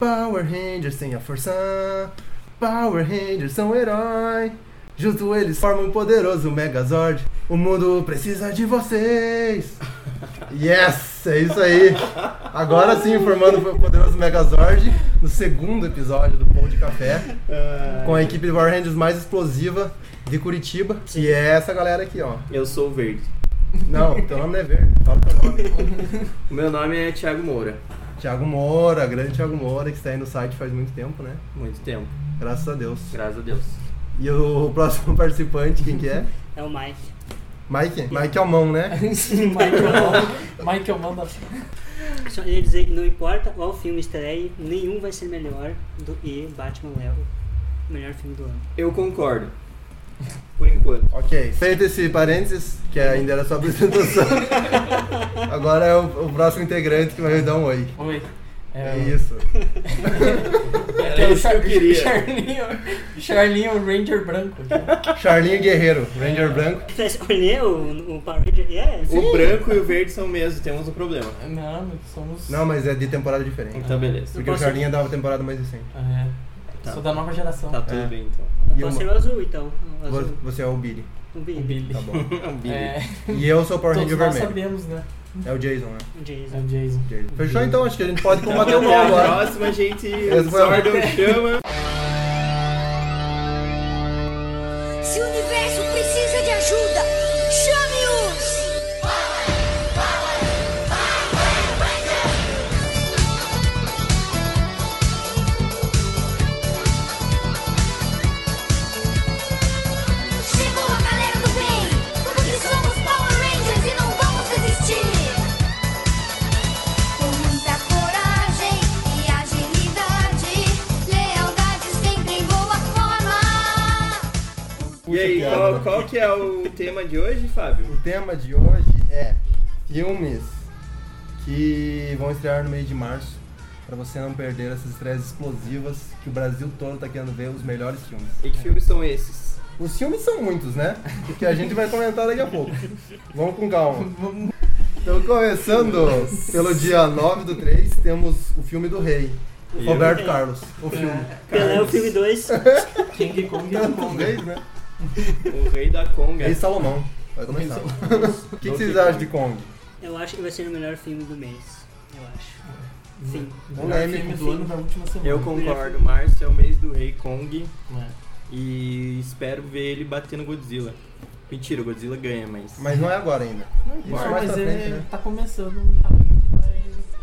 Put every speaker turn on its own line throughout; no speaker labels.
Power Rangers tem a força. Power Rangers são herói. Junto eles formam um poderoso Megazord. O mundo precisa de vocês. Yes, é isso aí. Agora sim, formando o poderoso Megazord no segundo episódio do Pão de Café,
Ah,
com a equipe de Power Rangers mais explosiva de Curitiba. E é essa galera aqui, ó.
Eu sou o Verde.
Não, teu nome não é verde. Fala teu nome.
O meu nome é Thiago Moura.
Thiago Moura, grande Thiago Moura, que está aí no site faz muito tempo, né?
Muito tempo,
Graças a Deus.
graças a Deus.
E o próximo participante, quem que é?
É o Mike.
Mike? Mike Almão, né?
Sim, Michael Manda. Michael Manda.
Só ia dizer que não importa qual filme estreia, nenhum vai ser melhor do que Batman Lego, o melhor filme do ano.
Eu concordo. Por enquanto.
Ok, feito esse parênteses, que é, ainda era só a apresentação, agora é o, o próximo integrante que vai me dar um oi.
Oi.
É
o-
isso.
Era isso que eu queria.
Charlinho, Charlinho Ranger branco.
Charlinho Guerreiro, Ranger Branco.
Vocês olharam o, o Power Ranger? É,
O branco e o verde são o mesmo, temos um problema.
Não, somos.
Não, mas é de temporada diferente.
Então beleza.
Porque o Charlinho é da temporada mais recente.
Ah, é.
Tá.
Sou da nova geração.
Tá tudo
É.
bem então.
E
pode
eu-
ser o azul então. O
Vo-
azul,
Você é o Billy,
o
O
Billy,
Billy.
tá bom.
É um bico.
É,
E eu sou o Power
todos
Ranger
nós
Vermelho.
sabemos, né?
É o Jason, né?
o
É o
Jason.
Jason.
Jason. Fechou então, acho que a gente pode combater o
Até
mal
a
agora.
próxima, gente.
Esse foi o-
Sordão chama.
Se o universo precisa de ajuda, chame-os! Chegou a galera do bem, porque somos Power Rangers e não vamos desistir! Com muita coragem e agilidade, lealdade sempre em boa forma!
E aí, qual, qual que é o tema de hoje, Fábio?
O tema de hoje é filmes que vão estrear no mês de março. Pra você não perder essas estreias explosivas que o Brasil todo tá querendo ver os melhores filmes.
E que filmes são esses?
Os filmes são muitos, né? Que a gente vai comentar daqui a pouco. Vamos com calma. Então, começando pelo dia 9 do 3, temos o filme do Rei. Roberto Carlos. O filme.
Pelé é o filme 2.
King Kong e
Tanto
Kong.
vez, né?
O Rei da Conga.
É. Rei Salomão. Vai começar. O que, que vocês acham de Kong?
Eu acho que vai ser o melhor filme do mês. Eu acho. Sim.
O melhor
Polêmico.
filme do ano da última semana.
Eu concordo, março é o mês do Rei Kong
É.
e espero ver ele batendo Godzilla. Mentira, o Godzilla ganha, mas.
Mas não é agora ainda. Isso é mais
Mas
pra
ele
frente, né?
tá começando um caminho que vai.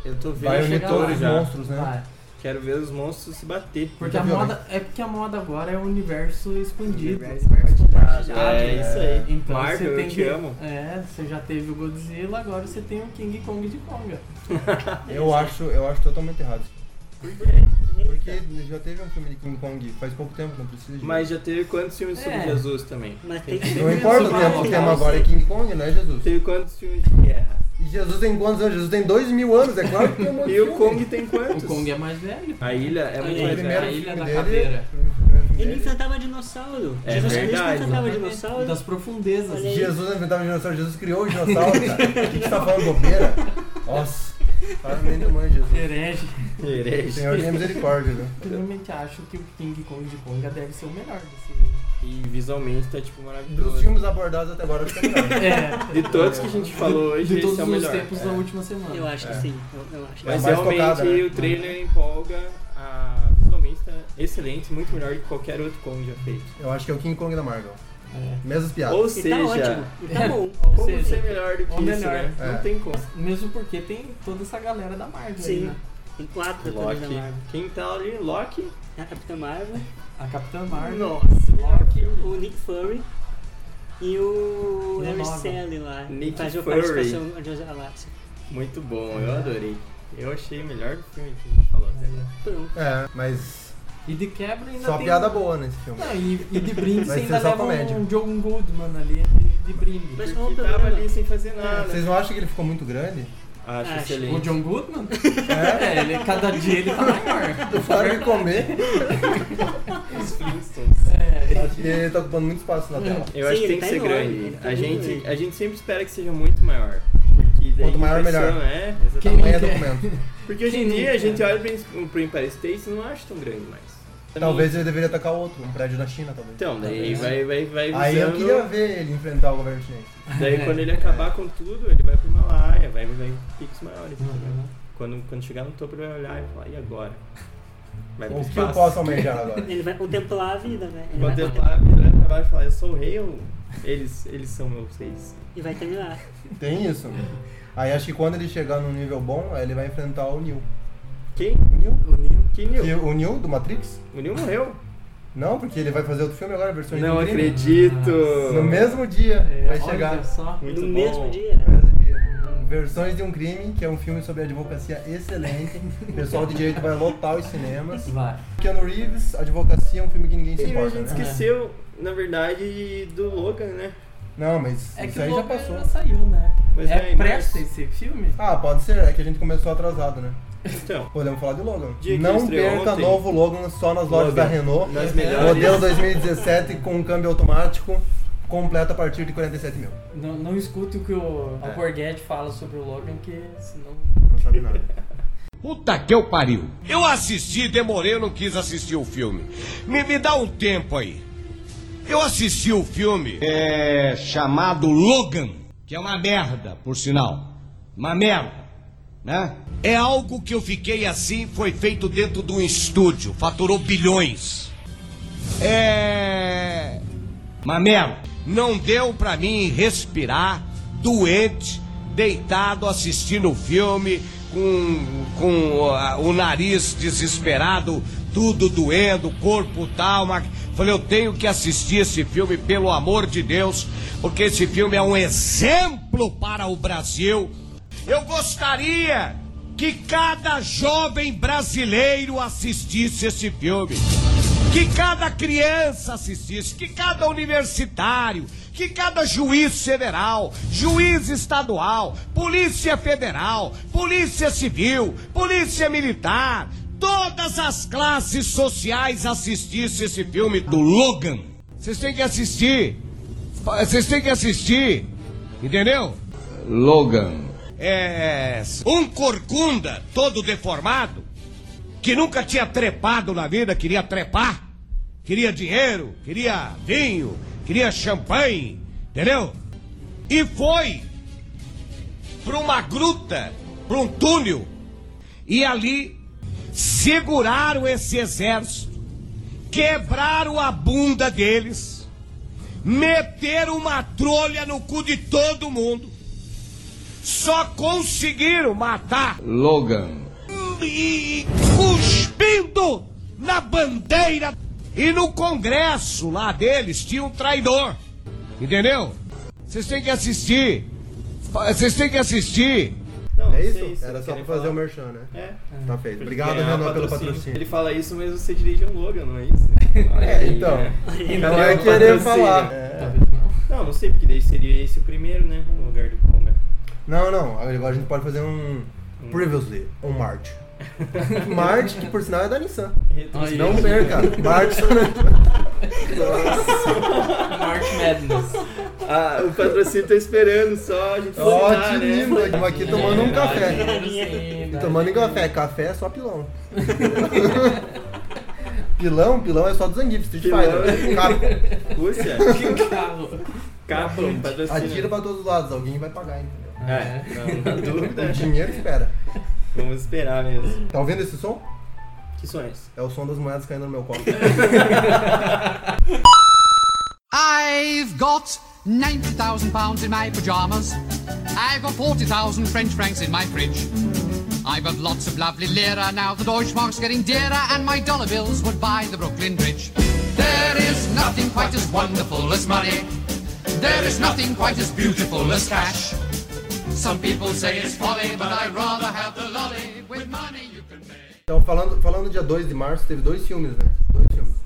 Eu tô vendo
Vai unir
chegar
todos
lá
os
já.
monstros, né?
Vai.
Quero ver os monstros se bater.
Porque a
Muita
moda. É porque a moda agora é o universo expandido.
Universo
compartilhado.
É isso aí.
Ah, Então
Marvel,
você tem
eu te
que-
amo.
É, você já teve o Godzilla, agora você tem o King Kong de Konga.
Eu acho, eu acho totalmente errado.
Eita.
Porque já teve um filme de King Kong faz pouco tempo, não precisa de.
Mas já teve quantos filmes sobre
É.
Jesus também?
Mas tem que um
Não importa o tema, o tema agora é King Kong, não é Jesus.
Teve quantos filmes de guerra?
E Jesus tem quantos anos? Jesus tem dois mil anos, é claro que tem um monte de
E o
filme.
Kong tem quantos?
O Kong é mais velho.
A ilha é muito
A
O
mais
primeiro
velha.
Ilha
filme
da
dele,
Caveira.
o primeiro filme
Ele
dele,
enfrentava dinossauro.
É
Jesus
verdade.
Cristo enfrentava
Exatamente.
dinossauro.
Das profundezas.
Olha aí.
Jesus enfrentava o dinossauro, Jesus criou o dinossauro, cara. O que que você tá falando bobeira? Nossa, parabéns do mãe, Jesus.
Herege.
Herege.
Senhor tem misericórdia, né? viu?
Eu realmente acho que o King Kong de Konga deve ser o melhor desse
E visualmente tá tipo
Dos
maravilhoso.
filmes abordados até agora, acho que é melhor.
É.
De todos que a gente falou hoje,
De todos
esse é o
os
melhor.
tempos
É.
da última semana.
Eu acho que
É.
sim. Eu, eu acho.
Mas
mais
realmente
focada, né?
o trailer empolga, a visualmente tá excelente, muito melhor que qualquer outro Kong já feito.
Eu acho que é o King Kong da Marvel.
É.
Mesmas piadas.
Ou
E
seja,
tá ótimo. E tá bom.
como
Ou seja,
ser melhor do que
ou
isso,
melhor.
né?
É.
Não tem como.
Mesmo porque tem toda essa galera da Marvel aí,
Sim.
né?
Tem quatro atores da
Loki.
Marvel.
Quem tá ali? Loki.
A Capitã Marvel,
A Capitã Marvel.
Nossa,
Loki.
o Nick Fury e o
Não,
Harry
não.
Sally lá.
Nick
que faz uma
Fury.
participação de José Galáxia.
Muito bom,
Ah.
eu adorei. Eu achei melhor do filme que a gente falou né? até agora.
Pronto.
É, mas
E de quebra ainda
só
tem... um-
piada boa nesse filme.
Não, e, e de brinde
Vai
você
ser
ainda
só
leva
comédia.
um John Goldman ali de, de brinde.
Mas qual o
Porque
problema?
tava ali sem fazer nada.
É, Vocês não acham que ele ficou muito grande?
Acho
Acho.
O
um-
excelente.
John Goodman? É, ele, cada dia ele tá maior.
Para de comer.
Os Flintstones.
É,
Acho que ele tá ocupando muito espaço na tela.
Eu
Sim,
acho que
ele
tem que
tá
ser
enorme,
grande.
ele tá
A
muito
gente,
grande.
a gente sempre espera que seja muito maior. Porque daí
Quanto maior,
a impressão
melhor.
É,
Amanhã é
exatamente.
documento.
Porque hoje em
Quem
dia a
nunca,
gente
né?
olha pro pro Empire State e não acha tão grande mais. Também-
Talvez ele deveria atacar outro, um prédio na China, talvez.
Então, daí
Talvez.
vai, vai, vai
Aí eu
visando.
queria ver ele enfrentar o governo chinês.
Daí quando ele acabar com tudo, ele vai pro Himalaia, vai, vai em picos maiores. entendeu? Quando, quando chegar no topo, ele vai olhar e falar, e agora? Vai pro
O que eu
É, espaço.
posso almejar agora?
Ele vai contemplar a vida, né? Ele vai
Contemplar, virar pra baixo e falar, eu sou o rei ou eles, eles são meus reis?
E vai terminar.
Tem isso. Aí acho que quando ele chegar num nível bom, aí ele vai enfrentar o Neo.
Quem?
O Neo?
O Neo.
Que Neo?
Que- o Neo do Matrix?
O Neo morreu.
Não, porque ele vai fazer outro filme agora, a versão
Não
Infinity.
acredito.
No mesmo dia vai
É, olha
chegar.
só.
Muito
no
bom.
mesmo dia.
No mesmo dia. Versões de um Crime, que é um filme sobre advocacia excelente. O pessoal de direito vai lotar os cinemas.
Vai.
Keanu Reeves, Advocacia é um filme que ninguém se
E a
importa,
gente
né?
esqueceu, na verdade, do Logan, né?
Não, mas
É que
isso
o
aí já
Logan
passou.
já saiu, né?
Mas
é
é,
presta
mas-
esse filme?
Ah, pode ser. É que a gente começou atrasado, né?
Então,
Podemos falar de Logan.
Dia que
Não
estreou
perca
ontem.
novo Logan só nas lojas
Logan,
da Renault.
nas
Modelo
melhores.
2017 com um câmbio automático, completo a partir de 47 mil.
Não, não escute o que o
É.
Alborguete fala sobre o Logan, que senão.
Não sabe nada.
Puta que eu pariu. Eu assisti, demorei, eu não quis assistir o filme. Me, me dá um tempo aí. Eu assisti o filme. É. chamado Logan. Que é uma merda, por sinal. Uma merda. Né? É algo que eu fiquei assim, foi feito dentro de um estúdio, faturou bilhões. É. Uma merda. Não deu pra mim respirar, doente, deitado, assistindo o filme, com, com ah, o nariz desesperado, tudo doendo, o corpo tal. Mas... Falei, eu tenho que assistir esse filme, pelo amor de Deus, porque esse filme é um exemplo para o Brasil. Eu gostaria que cada jovem brasileiro assistisse esse filme que cada criança assistisse, que cada universitário, que cada juiz federal, juiz estadual, polícia federal, polícia civil, polícia militar, todas as classes sociais assistissem esse filme do Logan. Vocês têm que assistir. Fa- Vocês têm que assistir. Entendeu? Logan. É. Um corcunda todo deformado que nunca tinha trepado na vida, queria trepar, queria dinheiro, queria vinho, queria champanhe, entendeu? E foi para uma gruta, para um túnel, e ali seguraram esse exército, quebraram a bunda deles, meteram uma trolha no cu de todo mundo, só conseguiram matar Logan e cuspindo na bandeira. E no congresso lá deles tinha um traidor. Entendeu? Vocês têm que assistir. Fa- Vocês têm que assistir.
não,
É
não sei
isso?
se
Era só
eu
pra
queria
fazer
falar.
o merchan, né?
É.
Tá feito. Obrigado,
Ganhar
Renan, pelo patrocínio.
Ele fala isso, mas você dirige um Logan, não é isso?
É, então. Ela vai querer
Patrocínio. Tá
falar. É.
Talvez não.
Não, não sei, porque daí seria esse o primeiro, né? No lugar do Conga.
Não, não. Agora a gente pode fazer um.
Hum.
Previously, um Marte. Marte, que por sinal é da Nissan.
Olha
Não
isso.
perca. Marte.
March Madness.
Ah, o patrocínio tá esperando só a gente soltar,
Ótimo,
né?
lindo. Estamos aqui tomando um
É,
café.
dinheiro sim,
E
dá
tomando em
dinheiro.
café. Café é só pilão. pilão? Pilão é só do Zangief, Street
Pilão.
Fighter. Cara,
Rússia,
Que carro.
capa, um patrocínio.
atira pra todos os lados, alguém vai pagar, entendeu?
É, não, não dá dúvida.
O dinheiro espera.
Vamos esperar mesmo.
Tá ouvindo esse som?
Que som é esse?
É o som das moedas caindo no meu copo.
I've got 90,000 pounds in my pajamas. I've got 40,000 French francs in my fridge. I've got lots of lovely lira now. The Deutschmark's getting dearer, and my dollar bills would buy the Brooklyn Bridge. There is nothing quite as wonderful as money. There is nothing quite as beautiful as cash. Some people say it's folly, but I'd rather have the lolly. With money you can pay.
Então, falando, falando dia 2 de março, teve dois filmes, né? Dois filmes.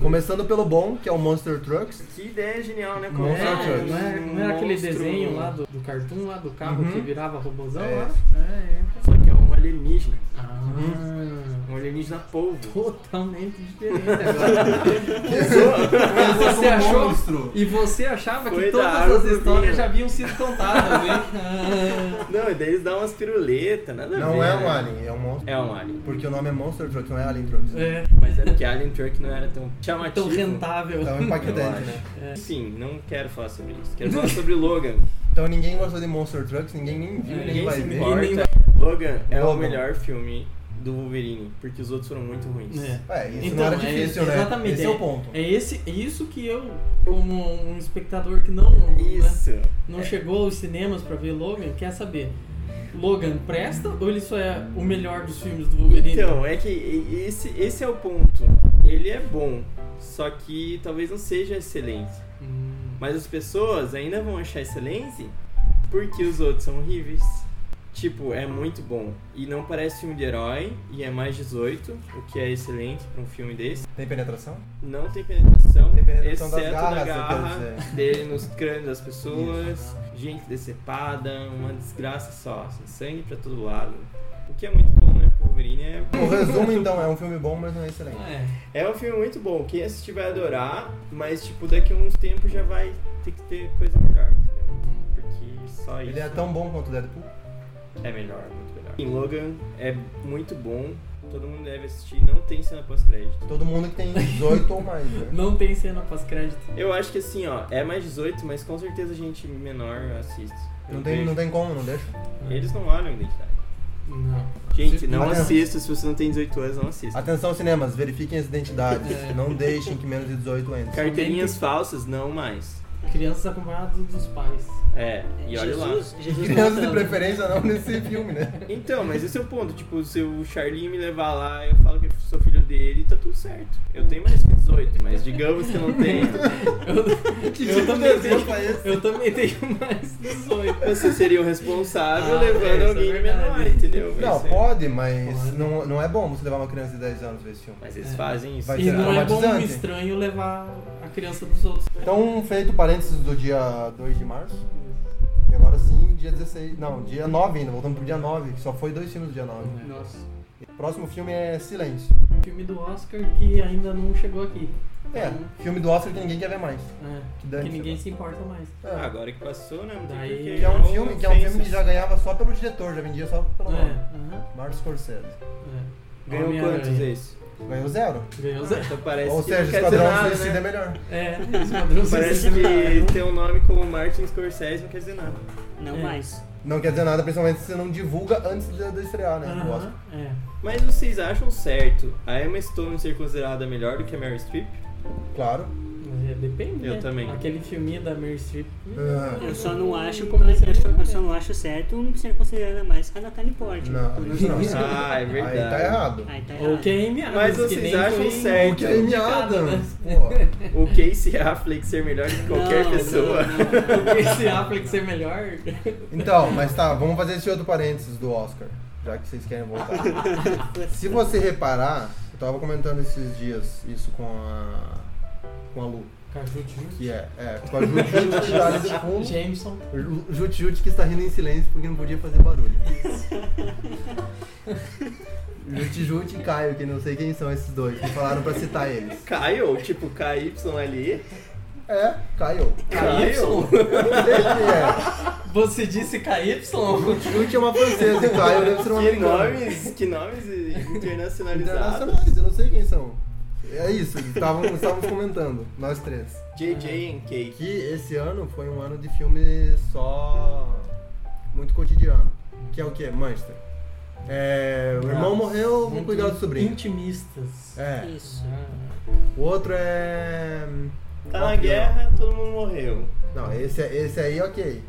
Começando pelo bom, que é o Monster Trucks.
Que ideia genial, né?
Monster
Colocar
É,
Trucks.
não era, não era aquele
monstro-
desenho lá do, do cartoon lá do carro
Uhum.
que virava robôzão
É.
lá? É, é.
Só que é um alienígena.
Ah,
Um alienígena polvo.
Totalmente diferente agora. E você achou?
é monstro.
E você achava
Foi
que
da
todas as
árvore.
histórias já haviam sido contadas, né? hein?
Não, e daí eles dão umas piruletas, nada a
Não
ver,
é um
né?
alien, é um monstro.
É um alien.
Porque o nome é Monster Truck, não é Alien Truck.
É,
Mas é porque Alien Truck não era tão chamativo.
tão rentável. É.
Então é
Eu
impactante,
acho.
né?
Sim, não quero falar sobre isso. Quero falar sobre Logan.
Então ninguém gostou de Monster Trucks, ninguém nem viu, nem
Ninguém
vai
se
ver.
nem
importa. Logan é o
Logan.
melhor filme do Wolverine, porque os outros foram muito ruins.
É.
Ué, isso
Então,
não era
é
difícil, né?
exatamente,
Esse é, o ponto.
É esse, é isso que eu, como um espectador que não, né,
Isso. É.
não chegou aos cinemas pra ver Logan, quer saber. Logan presta ou ele só é o melhor dos filmes do Wolverine?
Então, é que e- esse, esse é o ponto. Ele é bom, só que talvez não seja excelente.
Hum.
Mas as pessoas ainda vão achar excelente porque os outros são horríveis. Tipo, é muito bom. E não parece filme de herói, e é mais 18, o que é excelente pra um filme desse.
Tem penetração?
Não tem penetração,
Tem penetração das
exceto
garras,
da
eu
garra
quero dizer.
dele nos crânios das pessoas, gente decepada, uma desgraça só, assim, sangue pra todo lado. O que é muito bom, né? Porque o Wolverine é
O resumo então, é um filme bom, mas não é excelente.
É.
é um filme muito bom. Quem assistir vai adorar, mas tipo, daqui a uns tempos já vai ter que ter coisa melhor, entendeu? Porque só isso
Ele é tão bom quanto o Deadpool.
é melhor, muito melhor. Em Logan é muito bom, todo mundo deve assistir, não tem cena pós-crédito.
Todo mundo que tem 18 ou mais, né?
Não tem cena pós-crédito.
Eu acho que assim, ó, é mais 18, mas com certeza gente menor assiste. Eu
Não tem,
vejo.
não tem como, não deixa.
Eles não olham a identidade.
Não.
Gente, não
Mas-
assista, se você não tem 18 anos, não assista.
Atenção, cinemas, verifiquem as identidades. Não deixem que menos de 18 entre.
Carteirinhas falsas, não mais.
Crianças acompanhadas dos pais.
É, e olha lá.
Jesus, Jesus
Crianças de
voltando.
preferência não nesse filme, né?
Então, mas esse é o ponto. Tipo, se o Charlie me levar lá, eu falo que eu sou filho dele, tá tudo certo. Eu tenho mais que 18, mas digamos que eu não tenho.
Eu,
Que
eu,
tipo de
também
exemplo é
tenho,
esse?
eu também tenho mais 18.
Você seria o responsável
Ah,
levando
é,
alguém
isso é
menor,
verdade.
entendeu?
Não,
Isso é-
pode, mas
Pode.
não, não é bom você levar uma criança de 10 anos ver esse filme.
Mas eles
É.
fazem isso.
Vai
E
ser
não é bom um
traumatizante.
estranho levar a criança dos outros.
Então, feito parênteses do dia 2 de março. E agora sim, dia 16. Não, dia 9 ainda, voltando pro dia 9, que só foi dois filmes do dia 9.
Nossa.
Próximo filme é Silêncio.
Filme do Oscar que ainda não chegou aqui.
É, filme do Oscar que ninguém quer ver mais.
É,
Que dane.
que ninguém se importa mais.
Ah, agora que passou, né? Não tem
Daí-
porquê.
Que é um
Não
filme, que é um filme que
ofensas.
já ganhava só pelo diretor, já vendia só pelo
É,
nome.
aham,
Martin Scorsese.
é.
Tá Ganhou
Homem-Aranha.
quantos esse?
Ganhou zero.
Ganhou
Ah,
zero.
então parece
Ou
que não
seja,
quer dizer
Esquadrão
nada,
Suicida é
né?
melhor.
É, Esquadrão
Parece
Suicida.
que ter um nome como Martin Scorsese não quer dizer nada.
Não
É.
mais.
Não quer dizer nada, principalmente se você não divulga antes de, de estrear, né? o Oscar.
Aham, é.
Mas vocês acham certo a Emma Stone ser considerada melhor do que a Mary Streep?
Claro.
Mas é, Depende.
Eu
né?
também.
Aquele filminho da Mary Streep.
Ah,
Eu só não acho
Como é que
eu, só,
é?
eu só não acho certo um ser considerada mais a Natalie Portman.
não,
Pelo menos
isso não.
isso.
Ah, é verdade.
Aí tá errado.
Ai, tá
Ou
errado.
que é Amy Adams,
Mas
que
vocês
nem
acham
foi
certo.
O que é Amy
indicada,
Adams,
né?
pô.
O Casey Affleck ser melhor que qualquer
Não,
pessoa.
não, não.
Porque esse Affleck ser melhor.
Então, mas tá, vamos fazer esse outro parênteses do Oscar, já que vocês querem voltar. Se você reparar, eu tava comentando esses dias isso com a. com a Lu,
Caju Jute.
que é, é com a Jujut que tá nesse fundo.
Jameson.
Jut Jut que está rindo em silêncio porque não podia fazer barulho. Jut Jut e Caio, que não sei quem são esses dois, que falaram pra citar eles.
Kyle, tipo KYLE.
É, Caio.
Kyle?
Eu não sei quem
Você disse KY?
é. Jut é uma francesa e Caio deve ser um uma
Que
americana.
nomes, que nomes internacionalizados.
internacionais, eu não sei quem são. É isso, estavam- estávamos comentando, nós três.
JJ and Cake.
Que esse ano foi um ano de filme só muito cotidiano. Que é o quê? Manchester. É, o irmão morreu, vamos
Muito
cuidar do sobrinho.
Intimistas.
É.
Isso.
O outro é.
Tá
Qual
na
que é?
guerra, todo mundo morreu.
Não, esse, esse aí, ok.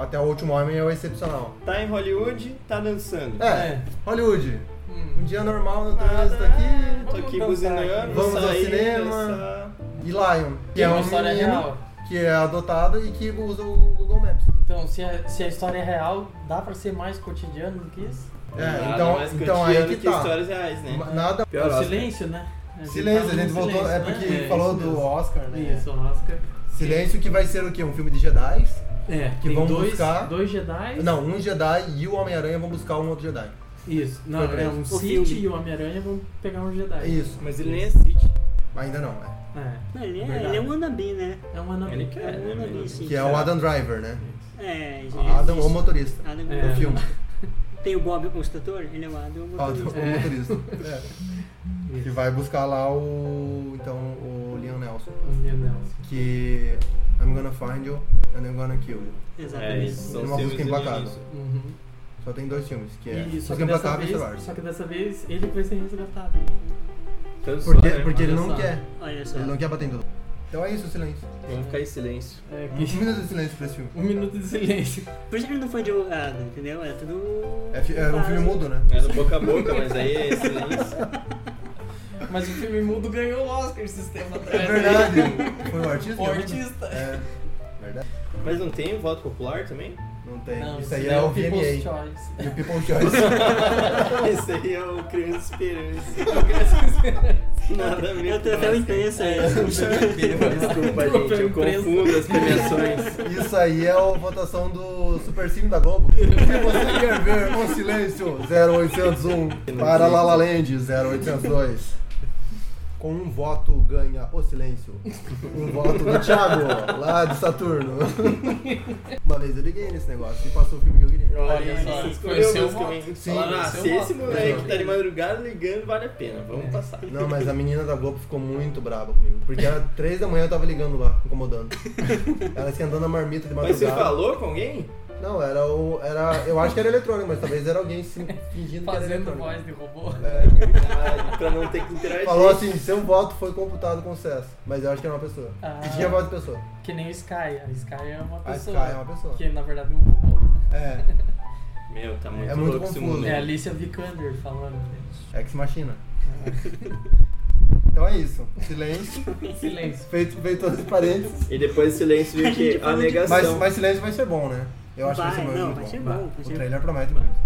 Até o último homem é o excepcional.
Tá em Hollywood, tá dançando.
É,
É.
Hollywood. Um
Hum.
dia normal, na
Nada,
natureza tá aqui.
Tô aqui
Vamos dançar.
buzinando,
Vamos ao
sair,
cinema.
dançar.
E Lion, que
Que é
é
uma
um
história
menino
real.
que é adotado e que usa o Google Maps.
Então, se a, se a história é real, dá pra ser mais cotidiano do que isso?
É,
Nada
então,
mais
então
cotidiano
aí que
que
tá.
histórias reais, né?
Ma- Nada.
Pior
o
Oscar.
silêncio, né? gente
É Silêncio, a
tava
gente
no
voltou.
silêncio,
É
né?
porque
É,
falou
isso
do
mesmo.
Oscar, né?
Isso, Oscar.
Silêncio que vai ser o quê? Um filme de Jedi?
É,
Que
tem
vão
dois,
buscar-
dois Jedi.
Não, um Jedi e o Homem-Aranha vão buscar um outro Jedi.
Isso. Não,
Foi pra
é
isso.
um
O
City
filme.
e o Homem-Aranha vão pegar um Jedi.
É Isso.
Mas ele nem assiste.
Ainda não, é.
É.
Não, ele, é,
Verdade.
ele é um wannabe, né?
É um anão.
Ele quer,
É um
né? mas
wannabe,
ele-
sim.
Que é o Adam Driver, né?
É, gente.
Adam, o motorista.
Adam
É.
No filme.
Tem o Bob o construtor? Ele é o Adam o
Adam,
motorista.
o motorista. É. Que vai buscar lá o. Então, o Leon Nelson.
O Neil Nelson.
Que. I'm gonna find you and I'm gonna kill you.
É,
Exatamente.
isso são
Tem uma
filmes
música
do
emplacada.
início.
Uhum.
Só tem dois filmes, que é
E só
Música
que, dessa
Implacável e
vez,
Solaris.
só que dessa vez ele que vai ser resgatado.
Tanto
Porque,
só, né?
porque ele
Olha
não
só.
quer.
Olha só.
Ele não quer bater em todo mundo. Então é isso, silêncio.
Vamos ficar em silêncio.
É,
Um
que-
minuto de silêncio pra esse filme.
Um minuto de silêncio.
Por isso que ele não foi divulgado, entendeu? É tudo.
É, fi- é um filme mudo, né?
Era boca a boca, mas aí é silêncio.
Mas o filme mudo ganhou o Oscar esses tempos atrás.
É verdade. Foi o artista?
O
né?
Um artista.
É. Verdade.
Mas não tem voto popular também?
Não tem.
Não,
isso aí
esse
é, o
People's
VMA.
Choice.
E o People's Choice.
Esse aí é o Criança Esperança.
É,
Nada a ver
Eu tô
com
até
nós.
uma imprensa aí.
Desculpa, gente, eu confundo as premiações.
Isso aí é a votação do Supercine da Globo. Se você quer ver o silêncio 0801 para La La Land 0802. Com um voto ganha o silêncio. Um voto do Thiago, lá de Saturno. Uma vez eu liguei nesse negócio e passou o filme que eu queria.
Olha
só,
você escolheu
conheceu
meus
o voto.
caminhos.
Sim,
Falaram, ah,
conheceu
se
o
esse
voto.
moleque que tá de madrugada ligando, vale a pena. Vamos passar.
Não, mas a menina da Globo ficou muito brava comigo. Porque era três da manhã eu tava ligando lá, incomodando. Ela esquentando a marmita de
Mas você
madrugada.
falou com alguém?
Não, era o. Era, eu acho que era eletrônico, mas talvez era alguém se fingindo que era
Fazendo
eletrônico. É.
voz de robô.
Ah, pra não ter que interagir.
Falou assim, seu voto foi computado com sucesso. Mas eu acho que era uma pessoa.
Ah.
E tinha voto de pessoa.
Que nem o Sky. A Sky é uma
A
pessoa.
Sky é uma pessoa.
Que na verdade é um robô.
É,
Meu, tá muito,
É muito
louco esse
confuso.
mundo.
É a Alicia Vikander falando. gente.
ex machina. Então é isso. Silêncio.
Silêncio.
Feito, feito todos os parênteses.
E depois o silêncio
A
viu
gente
que a
falou de-
Mas,
negação.
mas silêncio vai ser bom, né? Eu acho que vai
Vai,
ser
não,
muito
vai
bom.
ser bom, vai
O
ser-
trailer promete muito.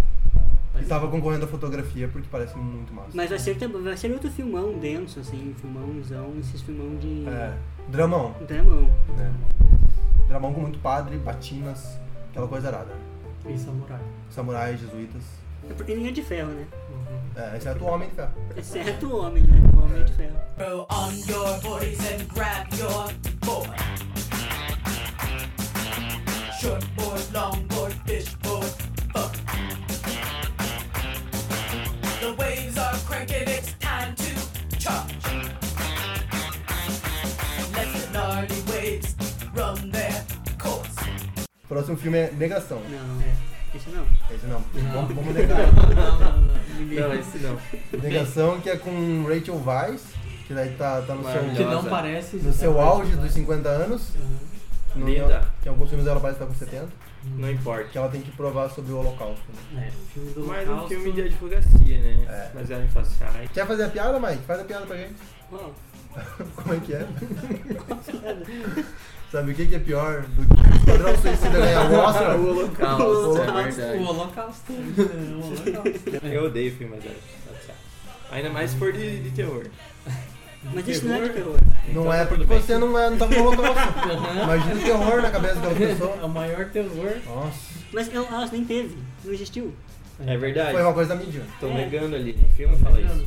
E tava concorrendo a fotografia porque parece muito massa.
Mas vai ser, também- vai ser outro filmão denso, assim, filmãozão, esses filmão de. um
É. Dramão.
Dramão.
né? Dramão com muito padre, batinas, aquela coisa arada.
E samurai.
Samurais, jesuítas.
Ele é de ferro, né?
É, exceto o Homem de Ferro.
Exceto o homem, né? O homem é de ferro.
Throw on your hoodies and grab your board. Short board, long board, fish board, fuck. The waves are cranking, it's time to charge. Let the gnarly waves run their course.
O próximo filme é Negação.
Não, é. Esse não.
Esse não.
Não.
Vamos, vamos negar.
Não, não, não. Ninguém.
Não, esse não.
Negação que é com Rachel Weisz, que daí tá, tá no,
que
seu,
Maravilhosa.
não parece.
no seu auge dos 50 anos. No,
Linda.
Que em alguns filmes ela parece estar com 70.
Não
Uhum.
importa.
Que ela tem que provar sobre o holocausto. né?
É, filme do
Mais um
Holocausto.
filme de advocacia, né?
É.
Mas ela em faciais.
Quer fazer a piada, Mike? Faz a piada pra gente.
Qual?
Como é que é? Sabe o que, que é pior do que é o Esquadrão Suicida ganhar o Oscar?
O Holocausto, é
Tipo, O
verdade.
Holocausto. É, O Holocausto.
Eu odeio filme, mas ela em faciais. Ainda mais se for de, de terror.
Mas esse não é de terror.
Não
Então
é
tá
porque
tudo bem.
você não, é, não tá com o holocausto.
Aham.
Imagina o terror na cabeça daquela
É o
pessoa.
maior terror.
Nossa.
Mas eu acho nem teve. Não existiu.
É verdade.
Foi uma coisa da mídia.
Estão
É.
negando ali. O filme fala isso.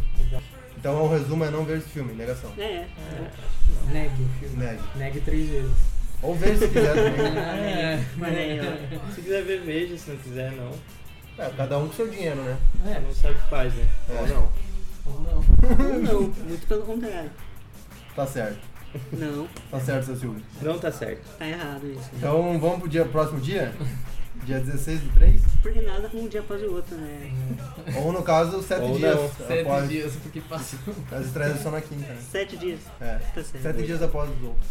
Então o resumo é não ver esse filme, negação.
É, é.
Neg o filme.
Neg.
Neg três vezes.
Ou ver se quiser também.
É,
Mas aí, ó.
Se quiser ver, veja. Se não quiser, não.
É, cada um com seu dinheiro, né?
É,
Você não sabe o que faz, né?
É.
Ou não.
Ou não.
Ou não. Muito pelo contrário.
Tá certo.
Não,
Tá certo, seu Silvio.
Não tá certo.
tá errado isso.
Então vamos pro dia, próximo dia? Dia 16 do 3?
Porque nada um dia após o outro, né?
Ou no caso, 7
Ou
dias
não.
Sete
após.
dias, porque passou.
As estreias são na quinta, né?
Sete dias.
É.
Tá certo.
7 dias após os outros.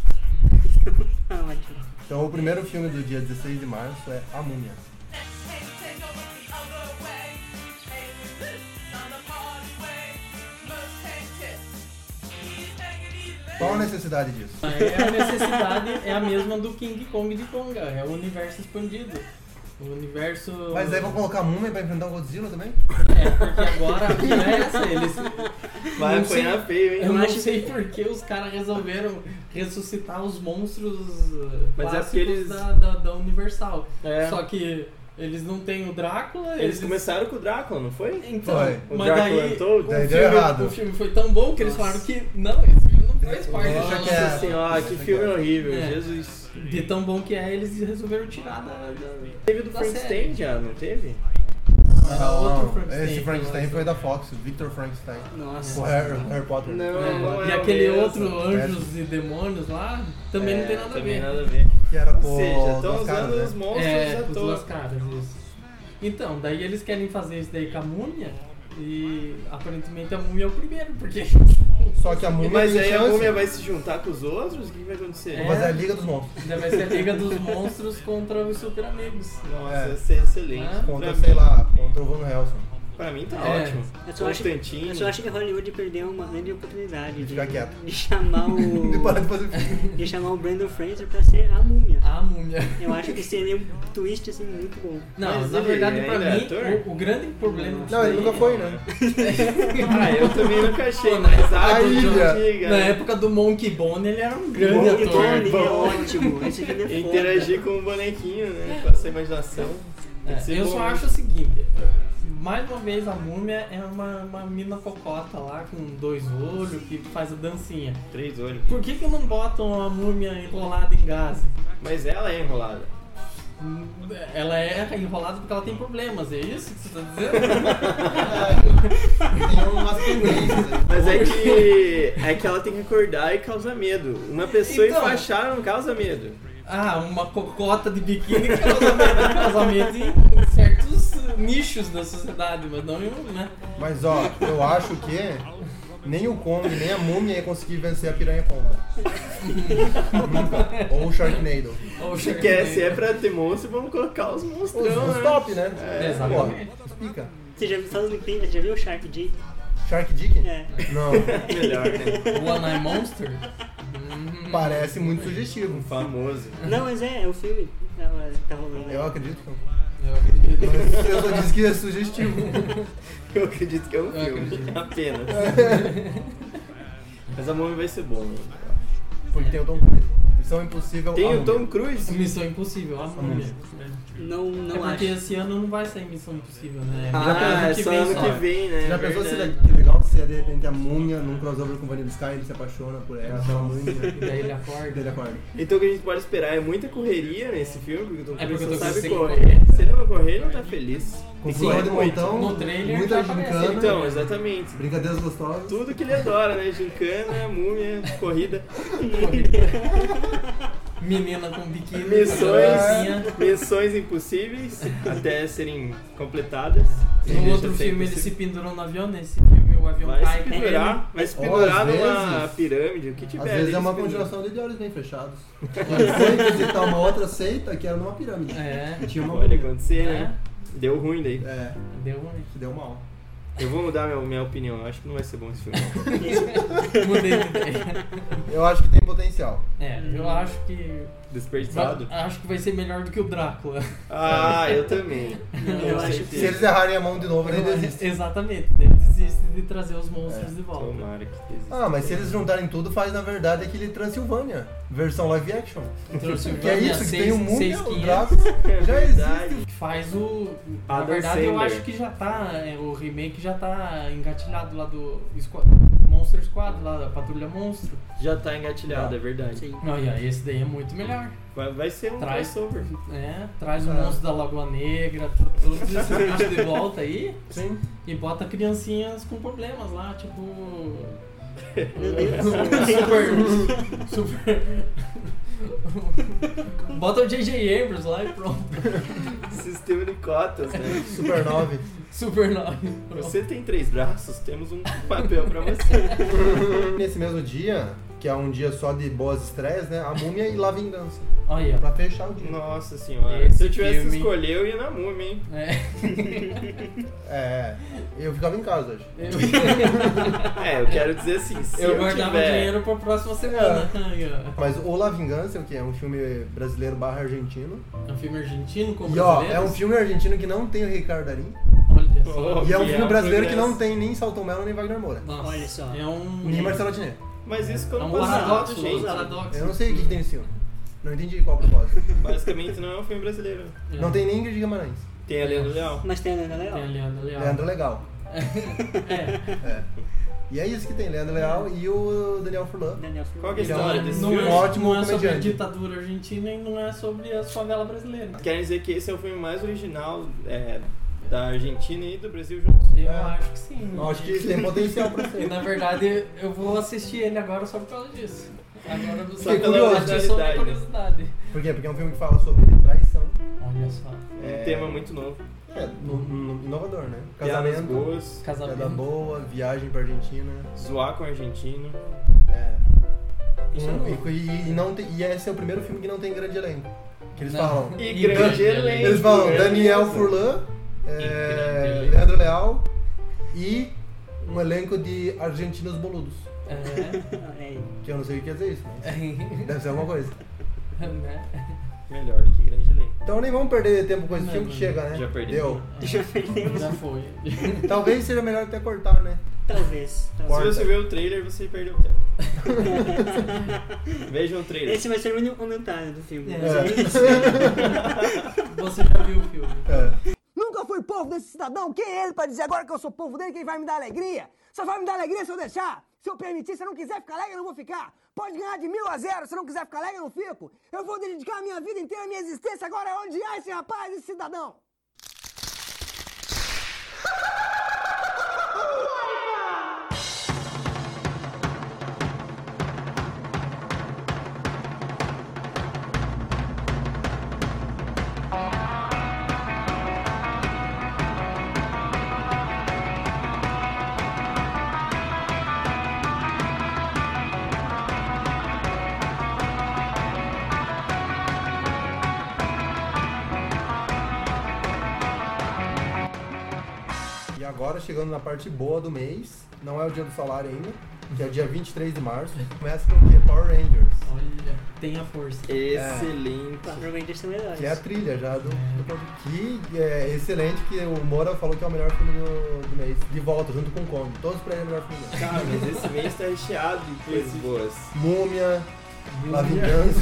Ah, ótimo.
Então o primeiro filme do dia 16 de março é A Múmia. Qual a necessidade disso?
É a necessidade é a mesma do King Kong de Konga. É o universo expandido. O universo.
Mas daí vou colocar a Múmia pra enfrentar o Godzilla também?
É, porque agora a vida é essa. Eles,
Vai
Não sei.
apanhar feio, hein?
eu não
acho-
sei por que os caras resolveram ressuscitar os monstros uh,
Mas é
clássicos
porque eles-
da, da, da Universal.
É.
Só que Eles não têm o Drácula,
Eles começaram com o Drácula, não foi?
Então,
Foi.
O
mas
Drácula
daí,
Untold?
o,
Daí deu
filme,
errado.
o filme foi tão bom que eles falaram que não, esse filme não faz parte
Deixa
da
que é.
Nossa
nossa...
senhora, que filme horrível,
É.
Jesus.
De tão bom que é, eles resolveram tirar da... da...
Teve do
Da
Frankenstein
série.
já, não teve?
Ah, outro Frankenstein,
Esse Frankenstein
nossa.
foi da Fox, Victor Frankenstein.
Nossa.
O Harry, o Harry Potter.
Não, não é
E
o
aquele
mesmo.
outro
é,
Anjos e Demônios lá, também não tem nada a
É, também
ver.
nada a ver.
Que era
Ou
pô.
seja, estão
duas caras,
usando
né?
os monstros
é,
à
com
toa.
duas caras, isso. Então, daí eles querem fazer isso daí com a múmia, e aparentemente a múmia é o primeiro, porque...
Só que a múmia
Mas
tem
aí é né? a
chance.
múmia vai se juntar com os outros? O que vai acontecer?
Vou
É.
fazer a Liga dos Monstros.
Ainda vai ser a Liga dos Monstros contra os Super Amigos.
Nossa,
É.
ia ser excelente.
Ah.
Contra,
Pra
sei
mim-
lá, contra o Van Helsing.
Pra mim tá
É.
ótimo.
Eu só, acho,
Constantino.
eu só acho que Hollywood perdeu uma grande oportunidade de,
ficar quieto.
de chamar
E para de
o.
fazer filme.
de chamar o Brandon Fraser pra ser a múmia.
A múmia.
Eu acho que seria um twist assim muito bom.
Não,
Mas
na
ele
verdade, pra
ainda é
mim,
ator?
o, o grande problema disso
Não, ele
daí
nunca foi, né?
Ah, eu também nunca achei,
Pô,
mas
na
a
época do
antiga. né?
John-
Na época do Monkey Bone, ele era um grande
Monkey
ator.
Bone.
Ele é ótimo. Esse filme é foda.
Interagir com o bonequinho, né? Com essa imaginação. Tem que
É,
ser
eu
bom,
só
né?
acho o seguinte, mais uma vez a múmia é uma, uma mina cocota lá, com dois olhos, que faz a dancinha.
Três olhos.
Por que que não botam a múmia enrolada em gaze?
Mas ela é enrolada.
Hum, Ela é enrolada porque ela tem problemas, é isso que você tá dizendo?
Tem umas tendências.
Mas é que, é que ela tem que acordar e causar medo. Uma pessoa
Então.
enfaixada não causa medo.
Ah, uma cocota de biquíni que causa medo, né? causa medo em certos nichos da sociedade, mas não em um, né?
Mas ó, eu acho que nem o Kong, nem a múmia ia conseguir vencer a piranha Conga. Nunca. Ou o Sharknado.
Ou
Se quer, se é pra ter monstro, vamos colocar os
Os,
monstrão,
os
né?
top, né?
É, exatamente.
Pô, Pica.
Você já viu, só não entende, já viu o Shark J?
Shark Dick?
É.
Não.
Melhor, né?
O One Eye Monster?
Parece muito sugestivo.
Famoso.
Não, mas é, é o filme. Tá, tá rolando. aí.
Eu acredito que é um eu.
Eu acredito.
Eu só disse que é sugestivo.
Eu acredito que é um
Eu
filme.
acredito.
Apenas. Mas a múmia vai ser bom. né?
Porque tem o Tom Cruise. Missão Impossível.
Tem
a
o Tom
múmia.
Cruise?
Missão Impossível, a múmia.
Não,
É
não
porque
acho.
esse ano não vai sair Missão Impossível, né?
Ah, é
que
só
vem
ano que vem, né?
Já pensou se
Verdade.
le- que legal se é de repente a múmia num crossover com Vanilla Sky ele se apaixona por ela, pela múmia
E daí ele
e dele
acorda.
acorda.
Então o que a gente pode esperar é muita correria nesse filme, porque o Tom
É
Cruise
porque o
não
Tom Cruise
sabe
tem que
correr. Se ele não correr, ele não tá feliz.
Com
Sim,
flor de
muito.
montão,
No trailer
muita
já aparece, né?
gincana,
Então, exatamente.
brincadeiras gostosas.
Tudo que ele adora, né? Gincana, múmia, corrida,
Menina com biquíni.
missões,
dancinha.
missões impossíveis até serem completadas. Ele
No
deixa
outro
ser
filme ele se um
impossível.
pendurou no avião, nesse filme o avião
vai
cai
se
né?
pendurar, vai se
Ou,
pendurar
às
numa
vezes-
pirâmide, o que tiver.
Às vezes
ele
é uma
se pendura.
continuação de olhos bem fechados. Ele foi visitar uma outra seita que era numa pirâmide.
É,
E tinha uma
Pode
múmia.
acontecer, né? Deu ruim daí.
É,
deu ruim.
se deu mal.
Eu vou mudar minha, minha opinião, eu acho que não vai ser bom esse filme.
Mudei de ideia.
Eu acho que tem potencial.
É, eu acho que.
Desperdiçado.
Acho que vai ser melhor do que o Drácula.
Ah, eu também.
Não, eu acho é
Se eles errarem a mão de novo, ele desiste. É,
Exatamente, daí desiste de trazer os monstros de volta.
Tomara que desista.
Ah, mas se eles juntarem tudo, faz na verdade aquele Transilvânia, versão live action.
Trouxe o
Que é
Vânia
isso, que
seis-
tem o Múmia, o
6500,
Drácula,
Ah,
É
já
verdade.
existe.
que Faz o. na
Adam
verdade, eu
Sandler.
acho que já tá. é, O remake já tá engatilhado lá do Squa- Monster Squad, lá da Patrulha Monstro.
Já tá engatilhado, é verdade.
Sim.
Não, e aí, esse daí é muito melhor.
Vai, vai ser um
Traz.
crossover.
É, traz o
É.
monstro da Lagoa Negra, tu- todos esses bichos de volta aí.
Sim.
E bota criancinhas com problemas lá, tipo.
Meu Deus.
Super. Super. Bota o J.J. Abrams lá e pronto.
Sistema de cotas, né?
Super 9.
Super 9.
Você tem três braços, temos um papel pra você.
Nesse mesmo dia, que é um dia só de boas estreias, né? A Múmia e La Vingança.
Olha.
Pra fechar o dia.
Nossa senhora.
Esse
Se eu tivesse que
filme.
escolher, eu ia na múmia, hein?
É.
É, eu ficava em casa hoje.
É, eu quero dizer assim, se eu,
Eu guardava
tiver...
dinheiro pra próxima semana. Ai,
Mas o La Vingança, o que é um filme brasileiro barra argentino.
ó. É um filme argentino com
E ó, é
brasileiros?
um filme argentino que não tem o Ricardo Darim.
Olha só.
Oh.
E é um
Que é
filme
um
brasileiro que
progresso.
não tem nem Salton Mello nem Wagner Moura.
Nossa,
Olha só.
É um.
Nem Marcelo Diné.
Mas isso
É
pelo
um
passado,
paradoxo,
gente.
um paradoxo.
Eu não sei o que, que tem nesse filme. Não entendi qual o propósito.
Basicamente não é um filme brasileiro.
É.
Não tem nem Ingrid Guimarães.
Tem a Lenda Leal.
Mas tem a Lenda Leal.
Tem a Leandro Leal.
Leandro Legal.
É.
É. E é isso que tem, Leandro Leal e o Daniel Furlan.
Daniel Furlan.
Qual que é a
Ele é um-
história desse
Não
Um
filme?
é,
ótimo
não é sobre a
comediante.
ditadura argentina e não é sobre as favelas brasileiras.
Querem dizer que esse é o filme mais original é, da Argentina e do Brasil juntos.
Eu
É.
acho que sim.
Eu Acho que ele é. tem potencial pra
E
ser.
na verdade eu vou assistir ele agora só por causa disso. Agora eu
Só pela
curiosidade. Só minha
originalidade.
curiosidade.
Por quê? Porque é um filme que fala sobre traição.
Olha só.
É um tema muito novo.
É, no- no- inovador, né?
Piadas
Casamento,
boas,
piada
Casamento.
boa, viagem pra Argentina.
zoar com o argentino.
É.
Isso é
Um-
novo.
e, e não tem- e esse é o primeiro filme que não tem grande elenco. Que eles
Não.
falam.
E
E
grande
grande
elenco.
elenco.
Eles falam
grande
Daniel
elenco.
Furlan,
grande
é,
elenco.
Leandro Leal e um elenco de argentinos boludos.
É.
É,
Que eu não sei o que quer dizer isso, mas deve ser alguma coisa.
Né?
Melhor do que grande elenco.
Então nem vamos perder tempo com esse filme que
não,
chega, né?
já perdi.
Deu.
já perdemos.
Já foi.
Talvez seja melhor até cortar, né?
Talvez.
Corta.
Se
talvez.
você ver o trailer, você perdeu o tempo. Vejam o trailer.
Esse vai ser o único comentário do filme.
É.
Mas é isso.
Você já viu o filme.
É.
Nunca fui povo desse cidadão. Quem é ele pra dizer agora que eu sou povo dele? Quem vai me dar alegria? Só vai me dar alegria se eu deixar. Se eu permitir, se eu não quiser ficar alegre, eu não vou ficar. Pode ganhar de mil a zero. Se eu não quiser ficar alegre, eu não fico. Eu vou dedicar a minha vida inteira, a minha existência agora a odiar esse rapaz, esse cidadão.
E agora, chegando na parte boa do mês, não é o dia do salário ainda, que é dia 23 de março, começa com o quê? Power Rangers.
Olha, tem a força.
Excelente.
Power Rangers são melhores.
Que é a trilha já do, do Que é excelente, que o Moura falou que é o melhor filme do, do mês. De volta, junto com o Kong. Todos pra ele é o melhor filme do mês.
Cara, mas esse mês tá recheado de coisas boas.
Múmia, La Vingança,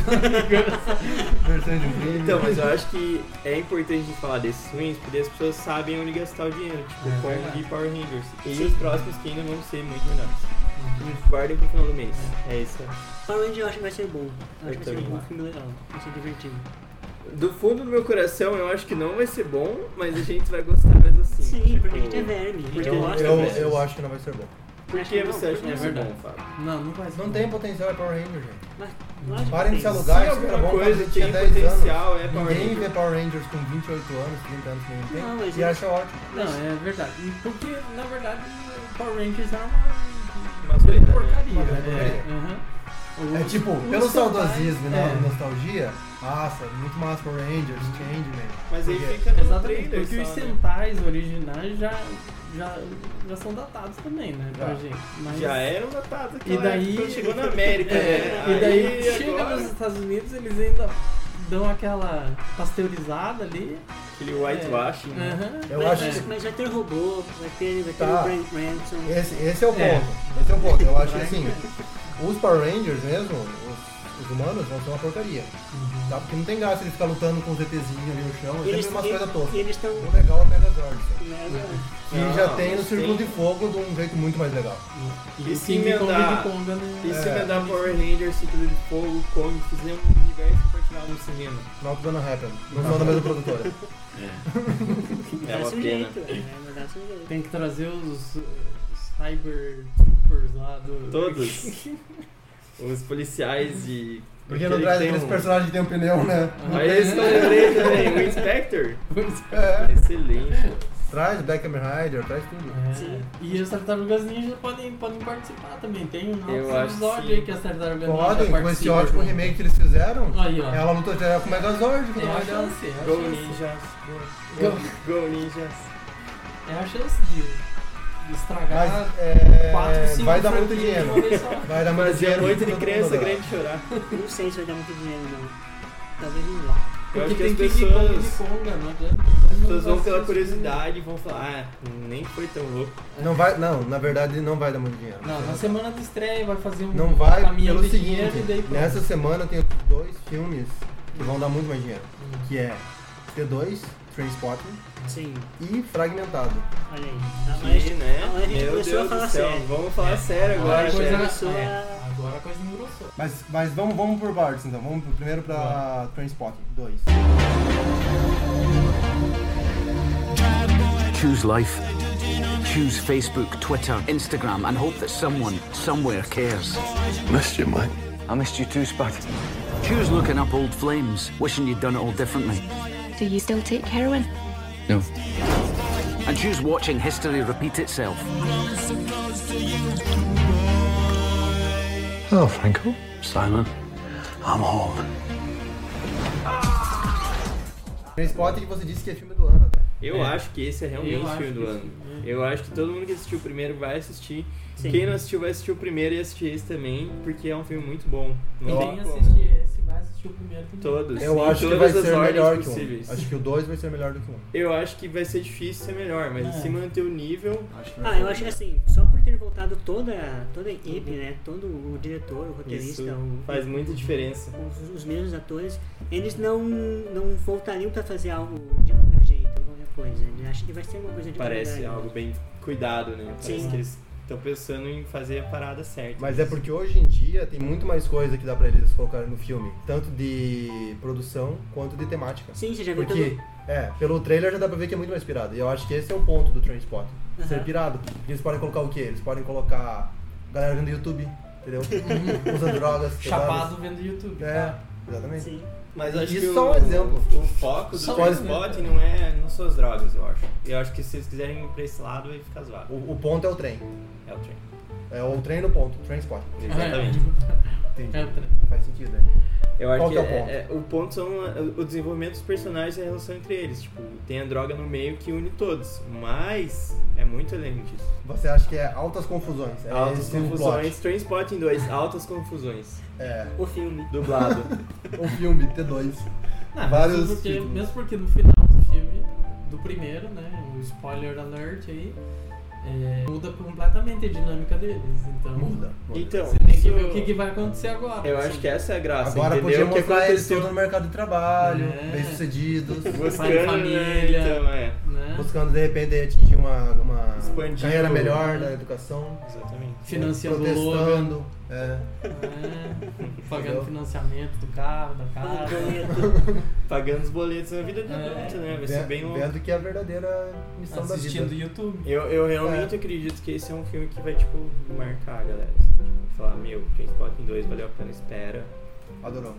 Versões de um Crime.
Então, mas eu acho que é importante de falar desses filmes porque as pessoas sabem onde gastar o dinheiro, tipo
É
Kong
verdade.
e Power Rangers. E os próximos que ainda vão ser muito melhores. Guardem pro final do mês. É isso.
Power Rangers eu acho que vai ser bom.
Eu
Eu acho que vai ser
também
um bom
acho.
filme legal. Vai ser divertido.
Do fundo do meu coração, eu acho que não vai ser bom, mas a gente vai gostar mesmo assim.
Sim,
Tipo,
porque a gente é verme. A gente
eu-
gosta
eu,
mesmo.
eu acho que não vai ser bom.
Por que você acha que
não?
não vai
É
ser
verdade.
bom, Fábio?
Não, não faz.
Não tem potencial é Power Rangers, gente.
Mas, lógico que é
Parem de
tem.
se alugar,
Se
isso era
alguma
bom
coisa
quando
tem
tinha 10
potencial,
anos.
é Power
Ninguém
Rangers.
vê Power Rangers com 28 anos, 30 anos que ninguém tem.
Não, mas
e
eu-
acha ótimo.
Não, é verdade. E Porque, na verdade, o Power Rangers é uma
Mas foi, né?
porcaria.
Uma
né?
porcaria.
Uhum. O-
É tipo,
o
pelo
seu
saudosismo e
pai-
na-
é.
nostalgia, massa, muito massa Power Rangers, Changeman.
Mas aí
Porque-
fica no
Exatamente,
trailer
porque os
só, né?
Sentais originais já, já, já são datados também, né, pra
Já. é.
gente. Mas-
Já eram datados aqui.
E daí-
Quando chegou na América,
É,
né?
e daí
Aí,
chega
agora,
nos Estados Unidos, eles ainda dão aquela pasteurizada ali.
Aquele whitewashing, né?
Aham.
Eu
Mas-
acho
mas,
que
mas vai ter robô, vai ter, vai ter
Tá.
o Brent Ransom.
esse, esse é o ponto.
É.
Esse é o ponto. Eu acho que assim, os Power Rangers mesmo, os, os humanos, vão ser uma porcaria. Tá? Porque não tem graça ele ficar lutando com os ETzinhos ali no chão, é sempre umas coisas
e-
toscas.
eles Né, estão.
O legal é o Megazord, sabe? que
Não,
já tem no
mas
Círculo
tem-
de Fogo de um jeito muito mais legal.
E,
E
o
se
King Kong
emendar-
de Konga no-
E se
É.
mandar Power Rangers, Círculo de Fogo, Kong, fizer um universo compartilhado no cinema.
Not gonna happen. Não são da mesma produtora.
É uma
Dá-se um
pena.
jeito. é, mas dá-se um jeito.
Tem que trazer os, os Cyber Troopers lá do. É.
Todos. Os policiais de.
Porque não
aquele
traz
que tem
aqueles
um-
personagens que tem um pneu, né?
Mas esse que eu lembrei também, né? o Inspector.
É.
Excelente.
Traz Black Hammer Rider, traz tudo.
É.
Sim.
E as tartarugas ninja podem, podem participar também. Tem um
Eu
outro
acho
episódio
sim.
aí que as tartarugas ninja
Podem,
participam.
com esse ótimo remake É que eles fizeram,
Aí, ó.
ela luta até com o Megazord, que
É
não
a
é dela.
chance, é a
Go
chance.
Ninjas. Go,
Go.
go Ninjas.
É a chance de, de estragar
Mas é,
quatro, cinco
vai dar muito
franquias
dinheiro.
de uma vez só.
Vai dar muito
Mas é
dinheiro.
noite de
todo
criança
mundo
grande chorar.
Não sei se vai dar muito dinheiro, não. Talvez não dá.
Eu
Porque
acho que
tem
as
King Kong de
pessoas.
Konga, não assim. adianta.
As pessoas vão pela curiosidade e vão falar, ah, nem foi tão louco.
adora. Não vai, não, na verdade não vai dar muito dinheiro.
Não, na semana de estreia vai fazer um
Não vai
caminho
pelo
de dinheiro
seguinte,
e daí pronto.
nessa semana tem dois filmes que vão dar muito mais dinheiro, que é T2, Trainspotting
Sim,
e Fragmentado.
olha aí. Ah, mas-
Que, né?
ah, mas a gente
Meu
começou a
Deus
falar
do céu,
sério.
vamos falar
É.
sério agora,
a coisa-
gente.
começou
é,
a-
agora a coisa engrossou.
Mas, mas vamos, vamos por partes então. Vamos pro- primeiro pra Trainspotting 2.
Choose life. Choose Facebook, Twitter, Instagram, and hope that someone, somewhere cares.
Missed you, mate.
I missed you too, Spud. Choose looking up old flames, wishing you'd done it all differently.
Do you still take heroin?
No. And choose watching history repeat itself.
Hello, Franco.
Simon, I'm home.
Trainspotting que você disse que é filme do ano até.
Eu
É.
acho que esse é realmente
Eu
o
acho
filme do
que
ano.
sim,
Eu acho que todo mundo que assistiu o primeiro vai assistir.
Sim.
Quem não assistiu vai assistir o primeiro e assistir esse também, porque é um filme muito bom. Não
Quem
tem como.
assistir esse vai assistir o primeiro também.
Todos.
Eu
em
acho que vai
todas as
ser
ordens
melhor que um.
possíveis.
Acho que o 2 vai ser melhor do que um.
Eu acho que vai ser difícil ser melhor,
É.
mas se manter o nível.
Acho que vai
Ah,
ser
eu acho que assim, só por ter voltado toda, toda a equipe, né? Todo o diretor, o roteirista,
Isso
o-
faz muita diferença.
os, os mesmos atores, eles não, não voltariam pra fazer algo de qualquer jeito, qualquer coisa. Ele acha que vai ser uma coisa de
Parece
qualidade.
algo bem cuidado, né? Parece
Sim.
que eles estão pensando em fazer a parada certa.
Mas é porque hoje em dia tem muito mais coisa que dá pra eles colocarem no filme, tanto de produção quanto de temática.
Sim, você já viu
Porque,
todo...
é, pelo trailer já dá pra ver que é muito mais pirado. E eu acho que esse é o ponto do Trainspot.
Aham.
Ser pirado. Porque eles podem colocar o quê? Eles podem colocar galera vendo YouTube, entendeu? Usando drogas.
Chapado vendo YouTube.
drogadas. É, exatamente.
Sim.
Mas acho
Isso
que
só
o,
um exemplo.
O foco do
Só um
Trainspotting não é não são as drogas, eu acho. Eu acho que se vocês quiserem ir pra esse lado, vai ficar zoado.
O, o ponto é o trem.
É o trem.
É o trem no ponto, Trainspot.
Exatamente.
Entendi.
É o trem.
Faz sentido, né?
Eu acho
Qual
que,
que é o
é-
ponto?
é- o ponto são é, o desenvolvimento dos personagens e a relação entre eles. Tipo, tem a droga no meio que une todos. Mas é muito além disso.
Você acha que é altas confusões. É
Altas
esse o plot.
confusões. um Trainspotting 2, altas confusões.
É.
O filme.
um
Dublado.
O filme T2.
Ah,
Vários
mesmo, porque,
títulos.
mesmo porque no final do filme, do primeiro, né? O spoiler alert aí, é, muda completamente a dinâmica deles. Então,
Muda. muda.
então,
Você tem que ver o
isso-
que, que vai acontecer agora.
eu
assim.
acho que essa é a graça.
Agora podia
entendeu? O que
mostrar eles
aconteceu
todos no mercado de trabalho,
É.
bem sucedidos.
buscando,
Pai de
família.
família.
Então, é.
Né?
Buscando de repente atingir uma, uma
Expandir
carreira
o-
melhor da educação.
Exatamente.
Financiando o Logan,
Protestando. É.
né? pagando financiamento do carro, da
Ah,
casa.
bonito.
Pagando os boletos na vida de
É.
adulto, né? Vai ser
Vendo,
bem louco.
vendo que é a verdadeira missão
assistindo
da vida.
YouTube.
Eu, eu realmente
É.
acredito que esse é um filme que vai, tipo, marcar a galera. assim, tipo, falar, meu, Trainspotting 2 valeu a pena, espera.
Adorou.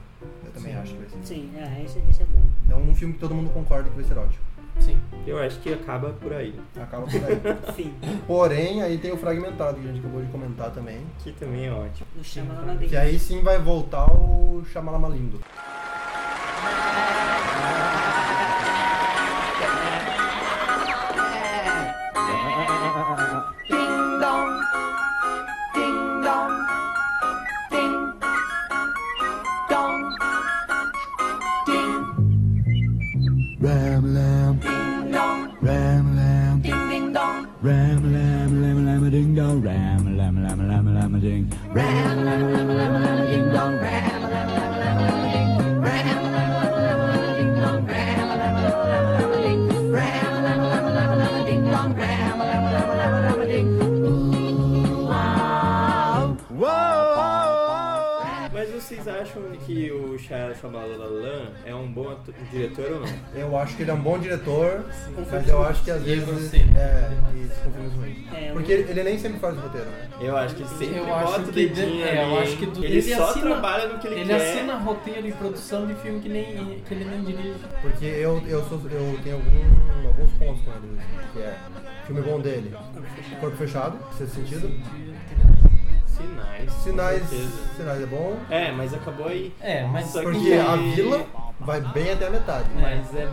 Eu também acho que vai ser.
Sim, é, esse, esse é bom.
Então um filme que todo mundo concorda que vai ser ótimo.
Sim.
Eu acho que acaba por aí.
Acaba por aí.
Fim.
Porém, aí tem o fragmentado que a gente acabou de comentar também.
Que também é ótimo.
Não chama lá dentro.
Que aí sim vai voltar o Shamalama Lindo.
Ram lam. Ram lam. Ram lam lam lam a ding dong. Ram lam lam lam lam a ding. Ram lam lam lam lam a ding dong. Ram lam lam lam lam a ding. Ram lam lam lam lam a ding dong. Ram lam lam lam lam a ding. Ram lam lam lam lam a ding dong. Ram lam lam lam lam a ding. Ooh, wow.
Mas vocês acham que o Shia Shyamalan é um bom atu- diretor ou não?
Eu acho que ele é um bom diretor, mas eu acho que às
E é
vezes.
grosseiro.
É, isso, com filmes ruins.
É, eu-
Porque ele, ele nem sempre faz o roteiro, né?
Eu acho que ele sempre
Eu
bota
acho
o
que,
dedinho
é,
ali,
eu acho que
hein?
do-
ele, só trabalha no que ele, quer.
assina roteiro e produção de filme que, nem, que ele nem dirige.
Porque eu, eu, sou, eu tenho algum- alguns pontos com ele, que é filme bom dele, Corpo Fechado, sexto sentido.
Sinais. com
Sinais,
certeza.
sinais é bom.
É, mas acabou aí.
É, mas
Só que-
Porque a vila vai bem até a metade.
Mas é.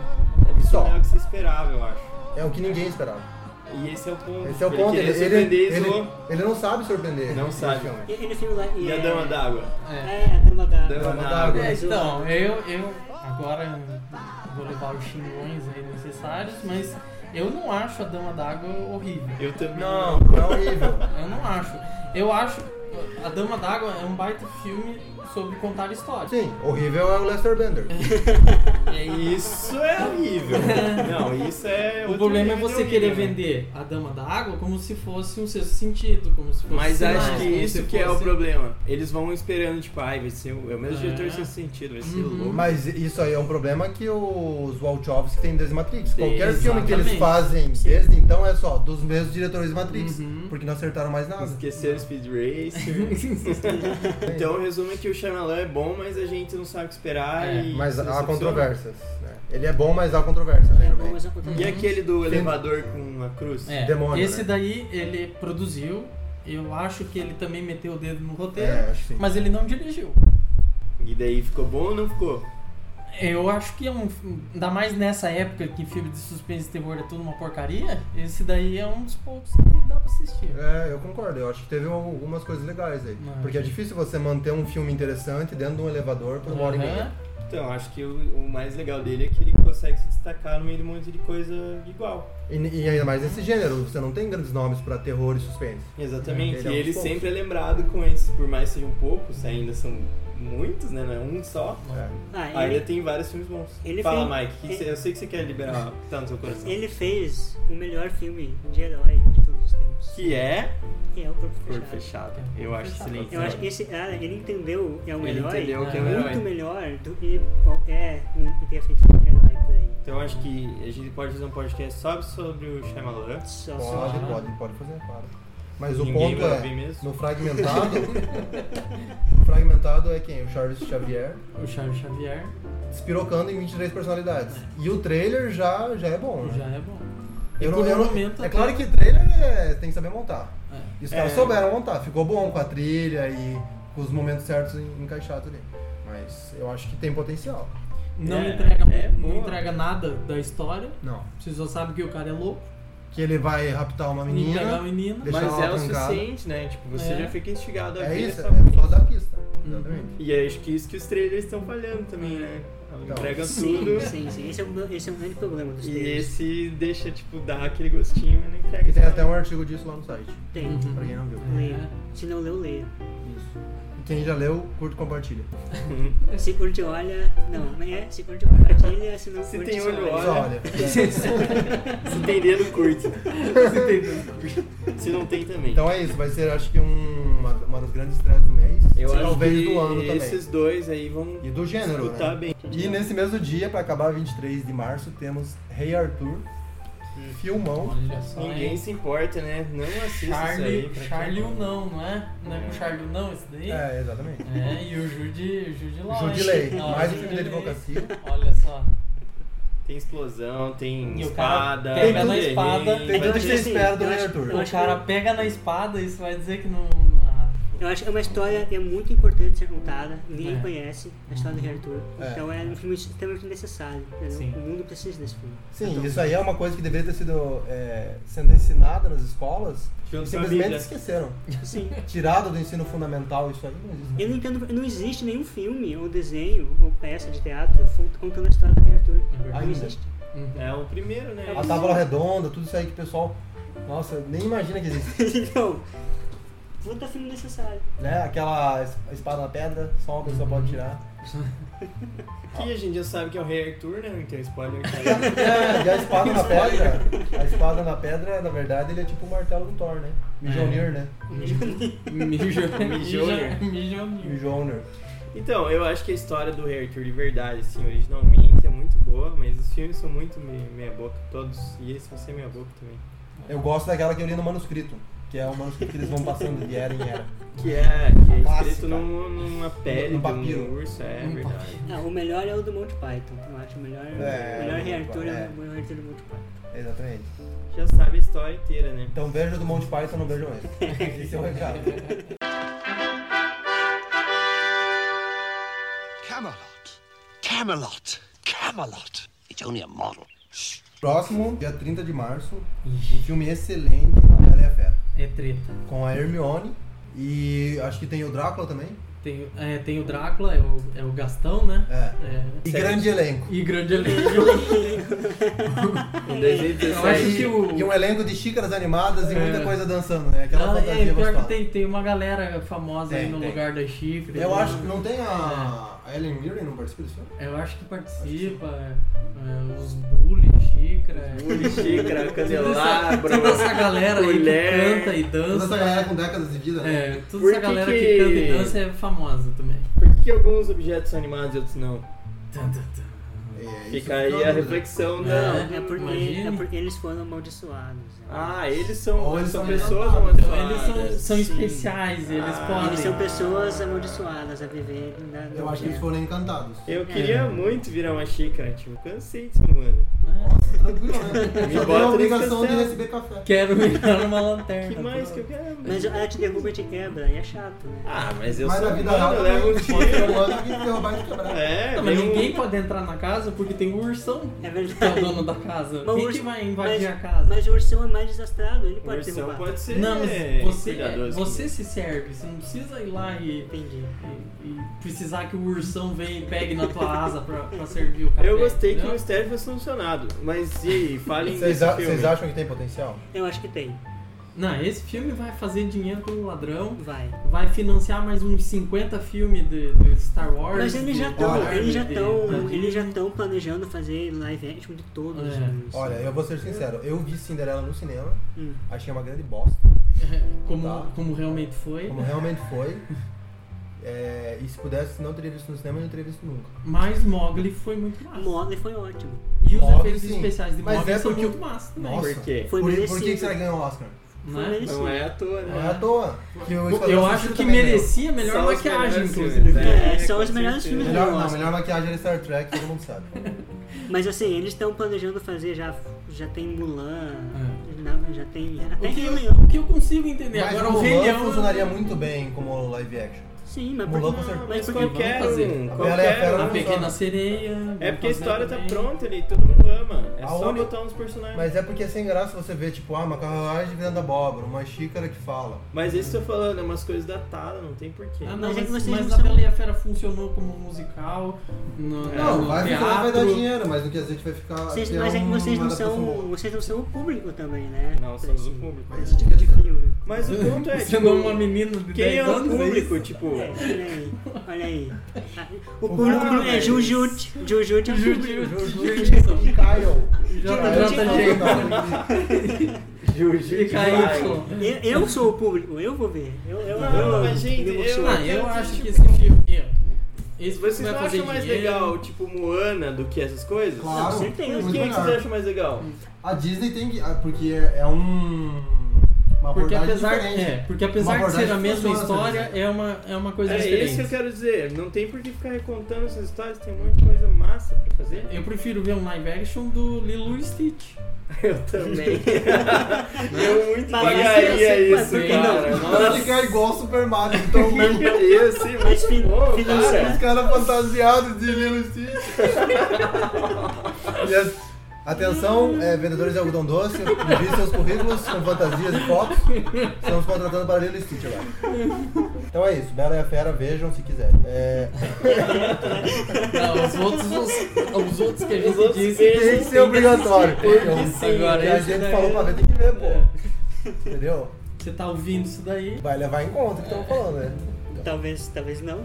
E só.
Não é o que você esperava, eu acho.
É o que ninguém esperava.
E esse é o ponto.
Esse é o
Ele
ponto.
queria
Ele, ele,
surpreender e
ele,
zoou.
ele não sabe surpreender.
Não
esse
sabe.
filme.
E, e no filme lá...
E a
é-
Dama d'Água?
É.
É, a Dama da...
Dama
Dama
d'Água.
d'Água.
É, então, eu, eu agora vou levar os xingões aí necessários, mas eu não acho a Dama d'Água horrível.
Eu também.
Não, não é horrível.
Eu não acho. Eu acho A Dama d'Água é um baita filme sobre contar histórias.
Sim, horrível é o Lester Bender.
É isso.
Isso é horrível. Não, isso é.
O
outro
problema é
nível de
você querer
horrível, né?
vender a Dama da Água como se fosse um sexto sentido, como se fosse
Mas
sinais,
acho que
como se assim.
isso que é o
fosse-
problema. Eles vão esperando, tipo, ai, vai ser o é o mesmo diretor
É.
diretor sem sentido, vai ser
Uhum.
louco.
Mas isso aí é um problema que os Wachowski têm desde Matrix. Qualquer filme que eles
Exatamente.
fazem desde então é só dos mesmos diretores de Matrix, porque não acertaram mais nada.
Esqueceram Speed Racer. então, o resumo é que o Shyamalan é bom, mas a gente não sabe o que esperar.
É,
e
mas
se
há
decepciona.
controvérsias. né? Ele é bom, mas há controvérsias. né,
É bom,
também.
mas é um contra-
E aquele do
Sim.
elevador com uma cruz?
É,
Demônio,
esse
né?
daí ele produziu, eu acho que ele também meteu o dedo no roteiro,
É, acho que sim.
mas ele não dirigiu.
E daí ficou bom ou não ficou?
Eu acho que é um. Ainda mais nessa época que filme de suspense e terror é tudo uma porcaria, esse daí é um dos poucos que dá pra assistir.
É, eu concordo. Eu acho que teve algumas coisas legais aí.
Mas-
Porque é difícil você manter um filme interessante dentro de um elevador por uma hora e meia.
Aham.
Então, acho que o, o mais legal dele é que ele consegue se destacar no meio de um monte de coisa igual.
E, e ainda mais nesse gênero, você não tem grandes nomes pra terror e suspense.
Exatamente.
Ele é um
e ele
dos
sempre é lembrado com esses, por mais sejam poucos, ainda são muitos, né? Não é um só.
Ah,
Ainda
ele,
tem vários filmes bons.
Ele
Fala,
fez-
Mike, que que cê- eu sei que você quer liberar o que tá no seu coração.
ele fez o melhor filme de herói de todos os tempos.
Que é
Que é o Corpo
Cor
Fechado.
Fechada. Eu acho excelente.
Eu acho que esse cara, ele entendeu é um
Ele
herói
entendeu
que é um
herói.
muito melhor do que qualquer um que tenha feito um herói por aí.
Então eu acho que a gente pode fazer um podcast só sobre o Shyamalan.
Só só-
Pode, pode, pode fazer, claro. Mas o
Ninguém
ponto
vai
é,
ouvir mesmo.
no fragmentado, o fragmentado é quem? O Charles Xavier,
O Charles Xavier
despirocando em 23 personalidades. E o trailer já, já é bom, né?
já é bom.
Eu
E
não-
por um
eu não-
momento
é
até-
claro que trailer é- tem que saber montar.
É.
E os caras
É.
souberam montar, ficou bom com a trilha e com os momentos certos en- encaixados ali. Mas eu acho que tem potencial.
Não,
É,
entrega,
é
não
boa.
entrega nada da história.
Não.
Você só sabe que o cara é louco.
Que ele vai raptar uma
E pegar
menina.
a menina.
Deixar
Mas
ela
é o
trancada.
suficiente, né? Tipo, você
É.
já fica instigado a
É
ver
isso,
essa
é só dar pista.
Uhum.
Exatamente.
E acho que isso que os trailers estão falhando também, né? Ela
Então,
entrega
Sim,
tudo
sim, sim. Esse é, um, esse é um grande problema dos
e
trailers.
esse deixa, tipo, dar aquele gostinho, mas não entrega.
Que tem até um artigo disso lá no site,
Tem.
Uhum.
pra quem não viu.
Uhum.
Leia.
É.
Se não leu, leia.
E quem já leu, curte e compartilha.
Uhum.
Se curte, olha. Não, não é. Se curte, compartilha. Se não
Se
curte,
tem
só
olho,
olha.
Mas olha,
Se tem dedo, curte. Se tem dedo, curte. Se não tem também.
então é isso, vai ser acho que um- uma, uma das grandes estreias do mês.
eu acho
talvez
que
é do ano também.
esses dois aí vão
E do gênero,
disputar
né?
bem.
E nesse mesmo dia, pra acabar 23 de março, temos Rei Arthur, filmão.
Olha só,
Ninguém
hein?
se importa, né? Não assista
Charlie,
isso aí. pra
Charlie
quem-
ou não, não é? Não é com o Charlie ou não esse daí?
É, exatamente.
É, e o Jude, Jude Law.
Jude
hein?
Lei,
Ah,
mais um
Jude
filme de
Lay.
advocacia.
Olha só.
Tem explosão, tem
E o cara
espada.
pega
tem
na
tudo. né?
espada.
Tem
É que
tudo
eu
que você
achei assim,
espera do
eu
Rei
acho-
Arthur.
eu
O
acho-
cara pega na espada, isso vai dizer que não. Ah,
Eu acho que é uma história que é muito importante ser contada. Ninguém
É.
conhece a história do Rei Arthur.
É.
Então é um filme extremamente necessário. entendeu?
Sim.
O mundo precisa desse filme.
Sim,
Então,
isso aí é uma coisa que deveria ter sido é, sendo ensinada nas escolas
Junto
e
com a
simplesmente
Bíblia.
esqueceram.
Então, Sim.
Tirado do ensino fundamental, isso aí não existe.
Eu não entendo, não existe nenhum filme, ou desenho, ou peça de teatro fo- contando a história do Rei Arthur.
Uhum.
verdade.
Não existe.
É o primeiro, né?
A tábua redonda, tudo isso aí que o pessoal, nossa, nem imagina que existe.
então, puta filme necessário.
Né? Aquela es- espada na pedra, só uma pessoa pode tirar.
Que a gente já sabe que é o Rei Arthur, né? Então, spoiler. tá aí.
É, e a espada na pedra, a espada na pedra, na verdade, ele é tipo o martelo do Thor, né? Mjolnir, né?
Mijo-
Mijonir.
Mijonir.
Mjolnir.
Então, eu acho que a história do Rei Arthur de verdade, assim, originalmente é muito boa, mas os filmes são muito me- meia boca, todos. E esse vai ser meia boca também.
Eu gosto daquela que eu li no manuscrito, que é o manuscrito que eles vão passando de era em era.
Que é, que é
Clássica.
escrito num- numa pele
Num
de
papiro.
um urso, é
Num
verdade.
Ah, o melhor é o do Monty Python. Eu acho o melhor,
É,
o melhor Rei
o Monty
Arthur é,
Python,
o Rei Arthur do Monty Python.
Exatamente.
Já sabe a história inteira, né?
Então veja do Monte Python, não vejam esse. Esse é o recado.
Camelot. Camelot. Camelot. It's only a model.
Próximo, dia 30 de março, um filme excelente, A Bela e a Fera,
É treta.
com a Hermione e acho que tem o Drácula também.
Tem, é, tem o Drácula, é o, é o Gastão, né? É.
E grande elenco.
E grande elenco.
Em
Eu acho que
2017.
o.
E um elenco de xícaras animadas e
É.
muita coisa dançando, né? Aquela
Ah,
fantasia
é, pior
gostosa.
que tem, tem uma galera famosa aí
Tem,
no
tem.
lugar da xícara.
Eu
né?
acho que não tem a, a Ellen Mirren não participa desse filme?
Eu acho que participa. é, é, os Bully, Xícara. é
Bully, Xícara,
Toda essa-
Candelabro,
Toda essa galera aí
Mulher.
que canta e
Toda essa
dança.
galera com décadas de vida, né?
É, toda
Por
essa
que
galera que...
que-
canta e dança é famosa também.
Por que que alguns objetos são animados e outros não?
Tum, tum, tum.
É, isso
Fica
uma
aí a
dúvida.
reflexão da.
Não,
É porque,
imagine.
é porque eles foram amaldiçoados. né?
Ah, eles são,
Ou eles
são
são
pessoas
adotados.
amaldiçoadas.
Então, eles são, são
Sim.
especiais, eles
Ah,
podem.
Eles são pessoas amaldiçoadas a viver na, no
Eu acho que eles
inferno.
foram encantados.
É.
Eu queria muito virar uma xícara, tipo, cansei disso, mano.
Nossa, tranquilo, né?
Me
Só tem
bota
a obrigação de
nesse castelo.
receber café.
Quero virar uma lanterna.
Que mais
pô.
que eu quero?
Mas ela te derruba e te quebra, e é chato, né?
Ah, mas eu
Mas
sou
na vida
humano,
real também,
eu levo um
um ser
tiro.
humano que derrubar e quebrar.
É,
Não, mas
vem um-
ninguém pode entrar na casa porque tem o ursão.
É
que é o
verdade.
dono da casa.
Mas o
Quem que
urso-
vai invadir
mas-
a casa?
Mas o ursão é mais desastrado, ele
O
pode
ursão
derrubar.
pode ser
não, mas você,
é cuidadoso.
você se serve. Você não precisa ir lá e,
Entendi.
e- e precisar que o ursão venha e pegue na tua asa pra, pra servir o café.
Eu gostei que o
entendeu?
mistério fosse solucionado. Mas e aí, falem
Vocês
desse
a-
filme.
vocês acham que tem potencial?
Eu acho que tem.
Não, esse filme vai fazer dinheiro com o ladrão.
Vai.
Vai financiar mais uns 50 filmes de, de Star Wars.
Mas eles já
de
estão,
Barbie,
eles já
de-
estão,
de-
eles já estão planejando fazer live action de todos os
É.
filmes.
Olha, eu vou ser sincero, eu vi Cinderela no cinema,
Hum.
achei uma grande bosta,
Como,
Tá.
como realmente foi.
como realmente foi. É, e se pudesse, não teria visto no cinema e não teria visto nunca.
Mas Mogli foi muito massa.
Mogli foi ótimo.
E os
Mogli,
efeitos
sim.
especiais de
Mas
Mogli
é
são
porque-
muito massa também.
Nossa,
Por quê?
Foi
por, por
merecido.
que que será que ganhou o Oscar?
né?
Foi merecido.
Não é à toa,
Não
né?
é à toa. que o
Eu,
Esquadrão
acho
Suicida
que
também né? é ganhou.
merecia a É melhor
Só os
maquiagem,
melhores
inclusive.
filmes,
É,
né?
são
Com
os melhores
certeza.
filmes.
Melhor,
Ganhou o
não, a
Oscar.
melhor maquiagem era Star Trek, todo mundo sabe.
Mas assim, eles estão planejando fazer já, já tem Mulan,
É.
na- já tem até
O que,
Rei
eu,
Leão.
o que eu consigo entender
Mas
agora,
o
o Rei
Mulan
Leão...
funcionaria muito bem como live action.
Sim, mas
Mulan
por
com certeza.
Mas
mas por-
qualquer
vamos fazer.
A
um.
Bela e a
Qualquer
Fera
A
não
um.
Pequena
funciona.
É
Sereia...
porque a
vamos
história tá
fazer também.
pronta ali, todo mundo ama. É
A
só
única-
botar uns personagens.
Mas é porque é sem graça você ver, tipo, ah, uma carruagem virando abóbora, uma xícara que fala.
Mas isso que eu tô falando, é umas coisas datadas, não tem porquê.
Ah, não,
Mas é
mas,
que
mas,
vocês não
a
são-
Bela e a Fera funcionou como musical, no,
Não,
no
vai funcionar, vai
É, teatro...
dar dinheiro, mas não quer dizer que vai ficar. um
vocês,
que
mas é que vocês
uma
não são.
adaptação boa.
Vocês não são o público também, né?
Não,
Pra
somos
esse-
o público.
pra Esse tipo
é
de filme.
Mas o ponto é,
Você
tipo,
não é uma menina de
quem
10
é o
anos, é
público?
isso?
Tipo,
É, olha aí, olha aí. O público
público é
é Jujut. Jujut é o público.
Jujutsu.
Kyle.
JJ.
Juju
E KY.
Eu, eu sou o público, eu vou ver. Eu, eu,
Não,
eu,
mas, gente,
vou
eu-
chorar.
Ah,
quero
eu
que
acho
tipo-
que esse filme. Esse filme
Vocês
vai
não
fazer
acham mais
dinheiro.
legal, tipo, Moana do que essas coisas?
Claro,
Com certeza.
muito
Mas quem é que
melhor.
vocês acham mais legal?
A Disney tem que. ah, Porque é é um. Uma
Porque
abordagem
apesar,
diferente.
é, porque
Uma
apesar de ser a
abordagem
mesma
funciona,
história,
sabe?
é uma, é uma coisa
É isso que eu
diferente.
quero dizer. Não tem por que ficar recontando essas histórias, tem um monte de coisa massa pra fazer.
Eu prefiro ver um live action do Lilo e Stitch.
Eu também. eu muito
Mas
pagaria
você- mas
isso,
por que
cara.
não?
Ela
Nossa,
fica igual Super Mario, então
que que é isso, hein?
Mas fin-
Pô,
financiar-
cara.
os caras fantasiados de Lilo e Stitch. Yes. Atenção, é, vendedores de algodão doce, envie seus currículos com fantasias e fotos. Estamos contratando para Lilo e Stitch agora. Então é isso, Bela e a Fera, vejam se quiserem. É,
Não, os outros, os, os outros que a gente
outros
disse.
que-
tem que ser obrigatório. Porque
sim, agora
a
esse
gente
daí-
falou
é-
pra ver, tem que ver, pô. Entendeu?
Você tá ouvindo isso daí?
Vai levar em conta o que estamos falando, né?
é.
Talvez, talvez não.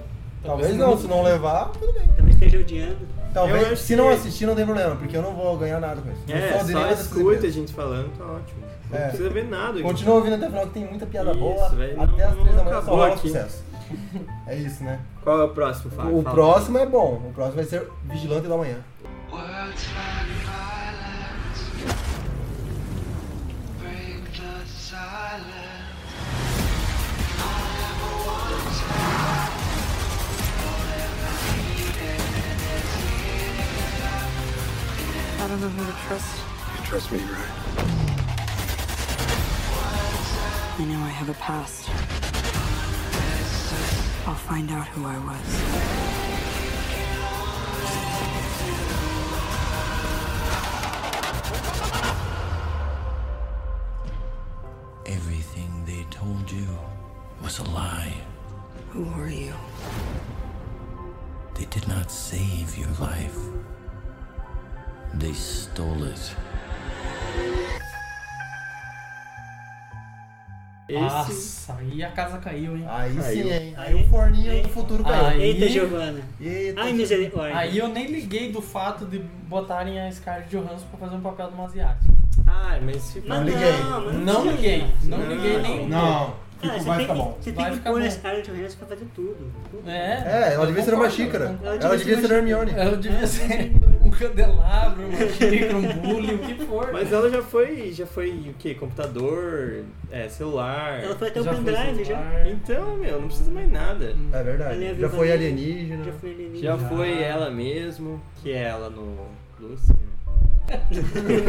Talvez não, se não levar, tudo bem.
Talvez esteja odiando.
Eu
Talvez,
acho
se não
que-
assistir, não tem problema, porque eu não vou ganhar nada com isso. Eu
É,
direi
só
essas
escuta a
coisas.
gente falando, tá ótimo. Não
né? É.
precisa ver nada. aqui.
Continua ouvindo até o final, que tem muita piada
Isso,
boa.
velho, não-
até as
não
três da manhã só
acabou
rola
aqui.
sucesso. É isso, né?
Qual é o próximo, Fábio?
o
Fala.
próximo é bom. O próximo vai ser Vigilante da Manhã.
Words like violence break the silence.
I know I have a past. I'll find out who I was.
Everything they told you was a lie.
Who are you?
They did not save your life. They stole it.
Nossa, aí a casa caiu, hein?
Aí
caiu.
sim, hein? Aí o forninho do futuro caiu.
Aí-
Eita, Giovana. Ai, misericórdia.
Aí eu nem liguei do fato de botarem a Scarlett Johansson pra fazer um papel de uma asiática.
Ah, mas se
Não liguei. Não liguei. Não liguei nem.
Não. Fico-
Cara, Ah, você
vai
tem
ficar
que-
bom.
Você tem
Vai
que
ficar
pôr
bom.
a Scarlett Johansson pra fazer tudo.
um,
tudo.
É, ela devia ser uma xícara. Ela devia ser Hermione.
É.
Ela né? É, devia ser um candelabro, uma xícara, um bule, o que for.
Mas ela já foi, já foi o quê? Computador, é, celular.
Ela foi até o
é Já
pendrive, já.
celular.
Então, meu, não precisa mais nada.
É
Ela é a
verdade. Já
viúva
foi
negra.
né?
alienígena.
Já foi alienígena.
Já foi ela mesmo, que é ela no Lucy. né?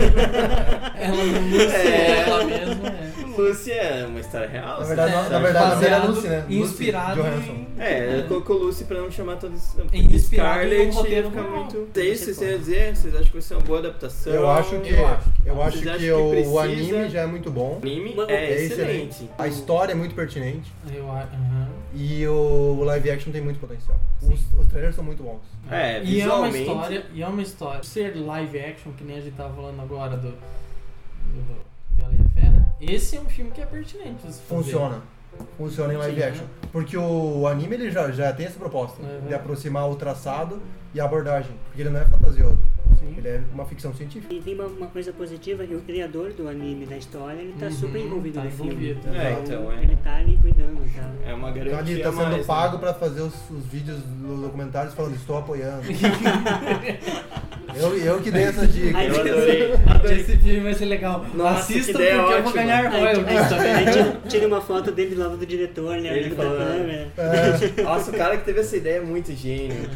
Ela no Lucy,
É.
ela mesma. É.
Lucy é uma história real.
Na verdade,
sabe?
na- na verdade, a série é
Baseado,
Lucy, né? Lucy
Inspirado
Johansson.
em...
É, ela colocou Lucy pra não chamar todos
Inspirado em um
Scarlett
roteiro
fica
normal.
muito. É isso que vocês iam dizer? Vocês acham que vai ser uma boa adaptação? É.
Eu acho que,
Eu acho,
eu acho
Vocês acham
que,
que
o,
precisa?
anime já é muito bom.
O anime
Mas-
é,
É
excelente.
A história é muito pertinente.
Eu acho. aham.
E o, o live action tem muito potencial. Os, os trailers são muito bons.
É,
E é uma
visualmente.
história, e é uma história. Ser live action, que nem a gente tava falando agora do, do Bela e a Fera, esse é um filme que é pertinente. pra se fazer.
Funciona. Funciona em live
Sim,
action.
né?
Porque o anime ele já, já tem essa proposta
Uhum.
de aproximar o traçado e a abordagem. Porque ele não é fantasioso.
Sim.
Ele é uma ficção científica.
E tem uma, uma coisa positiva que o criador do anime da história, ele tá
Uhum,
super envolvido
tá
no filme.
envolvido.
É, então, é.
Ele tá ali cuidando, tá?
É uma
Então,
garantia
ele tá
a
sendo
mais,
pago
né?
pra fazer os, os vídeos dos documentários falando estou apoiando. eu, eu que dei essa dica.
Ai,
Eu adorei. adorei.
Esse filme vai ser legal.
Nossa,
Assista
que
porque
ideia
eu vou
ótima. É, então,
ganhar
Aí,
royalties
tipo,
também.
aí tira- tira uma foto dele lá do diretor, né?
Ele
olhando pra
falando.
câmera.
Nossa, o cara que teve essa ideia é muito gênio.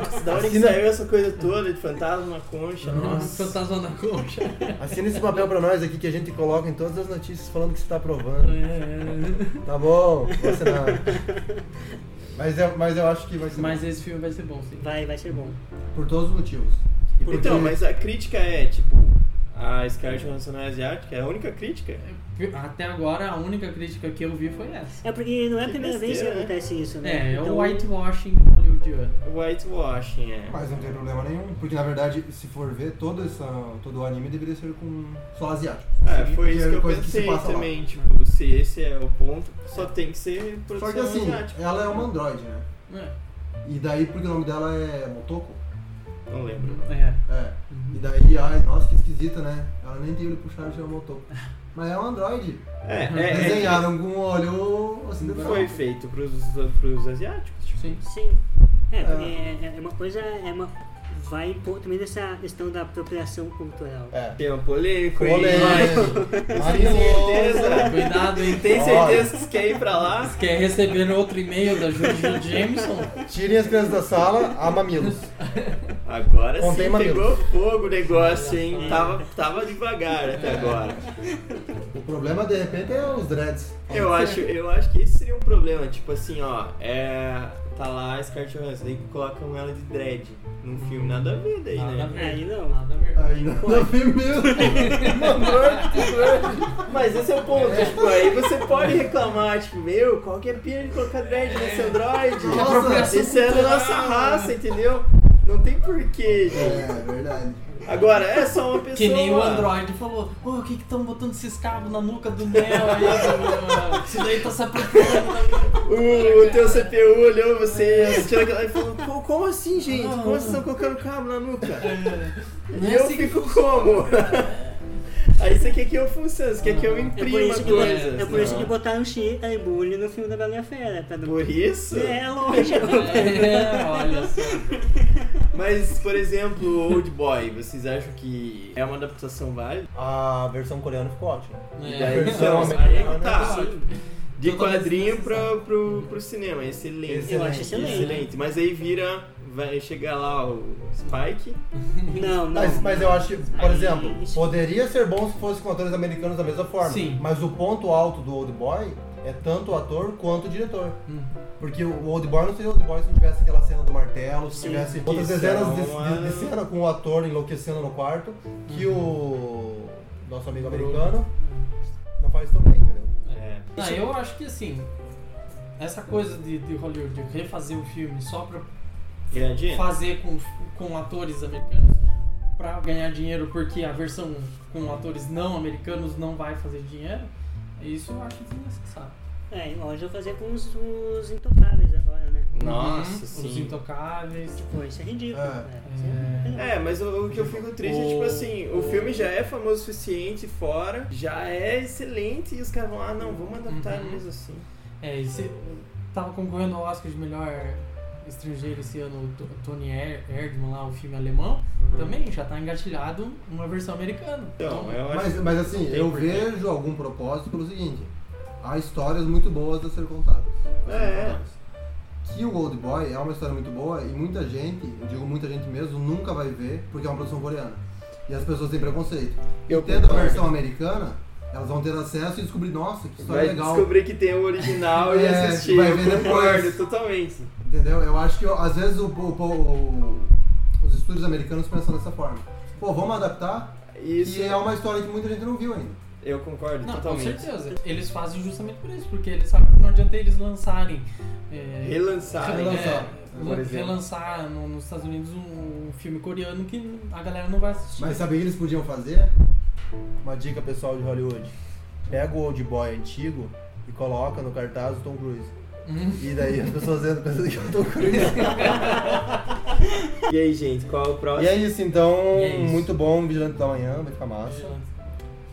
Nossa, da hora que saiu essa coisa toda de fantasma, concha, nossa.
Fantasma na tá concha.
Assina esse papel pra nós aqui que a gente coloca em todas as notícias falando que você tá aprovando.
É.
Tá bom, vou assinar. Mas, é, mas eu acho que vai ser
Mas esse filme vai ser bom, sim.
Vai, vai ser bom.
por todos os motivos. E porque-
Então, mas a crítica é, tipo, a Scarlett Johansson não é asiática, é a única crítica.
Até agora, a única crítica que eu vi foi essa.
É porque não é a primeira vez que
besteira, né?
acontece isso, né?
É, é
Então,
o whitewashing hollywoodiano.
Whitewashing, é.
Mas não tem problema nenhum, porque na verdade, se for ver, todo, essa, todo o anime deveria ser com só asiáticos.
É,
Sim,
foi
porque
isso que
é
eu
coisa que se
pensei
passa lá.
também, tipo, se esse é o ponto, só tem que ser produção
Só que assim,
asiática.
ela é uma androide, né?
É.
E daí, porque o nome dela é Motoko?
Não lembro.
é.
É. E daí, ai, nossa, que esquisita, né? Ela nem tem olho puxado, já é Motoko. Mas é um androide.
É, é, é,
Desenharam com um olho ocidental.
foi feito pros, pros asiáticos, tipo.
Sim.
Sim.
Ah.
É, porque é, é uma coisa. É uma, vai pôr também nessa questão da apropriação cultural.
É.
Tem uma polêmica, hein?
Polêmico.
Tem certeza?
Cuidado, hein?
Tem certeza que você quer ir pra lá?
Quer receber é outro e-mail da Juju Jameson?
Tirem as crianças da sala, a mamilos.
Agora
Contém
sim, pegou
mamilos.
fogo o negócio, hein? Tava, tava devagar até agora.
O problema, de repente, é os dreads.
Eu acho, eu acho que esse seria um problema. Tipo assim, ó, é. Tá lá a Scarlett Johansson, daí colocam ela de dread num filme. Nada a ver daí,
Nada a
né?
ver.
Aí não.
Nada a ver.
Aí não não vi mesmo.
Mas esse é o ponto, tipo, aí você pode reclamar, tipo, meu, qual que é a pira de colocar dread nesse android? Nossa,
apropriação
isso é da
cultural.
nossa raça, entendeu? Não tem porquê, gente.
É, verdade.
Agora, é só uma pessoa.
Que nem o Android falou, ô, o que que estão botando esses cabos na nuca do Mel aí? do- Isso daí tá se apropriando da minha
O, Uh, o teu CPU olhou você, assistiu aquela e falou, "Co- como assim, gente? Como vocês estão colocando cabo na
É
nuca?
é
E
assim
assim
eu fico como? Aí você quer que eu funcione, você quer que eu
É por
imprima
isso que, bo-
coisas.
é por isso que
Não.
botaram Cheetah e Bully no filme da Bela e a Fera. Pra não...
Por isso?
É, lógico.
É, olha só.
Mas, por exemplo, Old Boy, vocês acham que é uma adaptação válida?
A versão coreana ficou ótima.
E
É.
daí,
Versão
então, aí é que tá.
americana.
De
Totalmente
quadrinho pra,
necessário.
pro, pro cinema, excelente.
Eu acho
excelente.
Mas aí vira, vai chegar lá o Spike.
Não, não.
Mas, mas eu acho, que, por
Aí,
exemplo,
isso-
poderia ser bom se fosse com atores americanos da mesma forma.
Sim.
Mas o ponto alto do Old Boy é tanto o ator quanto o diretor.
Uhum.
Porque o Old Boy não seria Old Boy se não tivesse aquela cena do martelo, se
Sim.
tivesse outras
Isso
dezenas
é
de,
uma-
de- de cena com o ator enlouquecendo no quarto, que
Uhum.
o nosso
Uhum.
amigo americano não faz também, entendeu?
É.
Não, eu acho que assim, essa coisa de, de Hollywood de refazer o filme só pra
Ganhar dinheiro?
fazer com, com atores americanos pra ganhar dinheiro, porque a versão com atores não americanos não vai fazer dinheiro, isso eu acho desnecessário.
É, hoje eu vou fazer com os, os intocáveis agora, né?
Nossa,
Uhum.
sim.
Uhum. Os intocáveis.
Tipo, isso é ridículo,
Ah,
né?
É, mas o, o que eu fico triste é tipo assim, o filme já é famoso o suficiente fora, já é excelente e os caras vão, ah não, vamos adaptar
Uhum.
mesmo assim.
É, e se tava concorrendo ao Oscar de melhor estrangeiro esse ano, o T- Tony Er- Erdmann lá, o filme alemão, também já tá engatilhado uma versão americana.
Uhum. Então, eu acho
Mas, mas assim,
Não tem
eu
porquê.
vejo algum propósito pelo seguinte: há histórias muito boas a ser contadas. a serem
É.
contadas. Que o Old Boy é uma história muito boa e muita gente, eu digo muita gente mesmo, nunca vai ver porque é uma produção coreana. E as pessoas têm preconceito.
Eu
e tendo a
concordo.
versão americana, elas vão ter acesso e descobrir, nossa, que história
vai
é legal.
descobrir que tem o original e
É,
assistir.
vai
Eu
ver depois.
concordo totalmente.
Entendeu? Eu acho que ó, às vezes o, o- o- os estúdios americanos pensam dessa forma. Pô, vamos adaptar?
Isso
E é uma história que muita gente não viu ainda.
eu concordo
Não, com
totalmente.
certeza. Eles fazem justamente por isso, porque eles sabem que não adianta eles lançarem. é,
Relançar,
é,
relançar,
né? por
lan-
exemplo.
relançar no- nos Estados Unidos um, um filme coreano que a galera não vai assistir.
Mas sabe o que eles podiam fazer? Uma dica pessoal de Hollywood. Pega o Old Boy antigo e coloca no cartaz o Tom Cruise.
Hum.
E daí as pessoas entram pensando que é o Tom Cruise.
E aí, gente, qual é o
e
próximo?
é isso, então.
E é isso.
Muito bom, Vigilante da Manhã, vai ficar massa.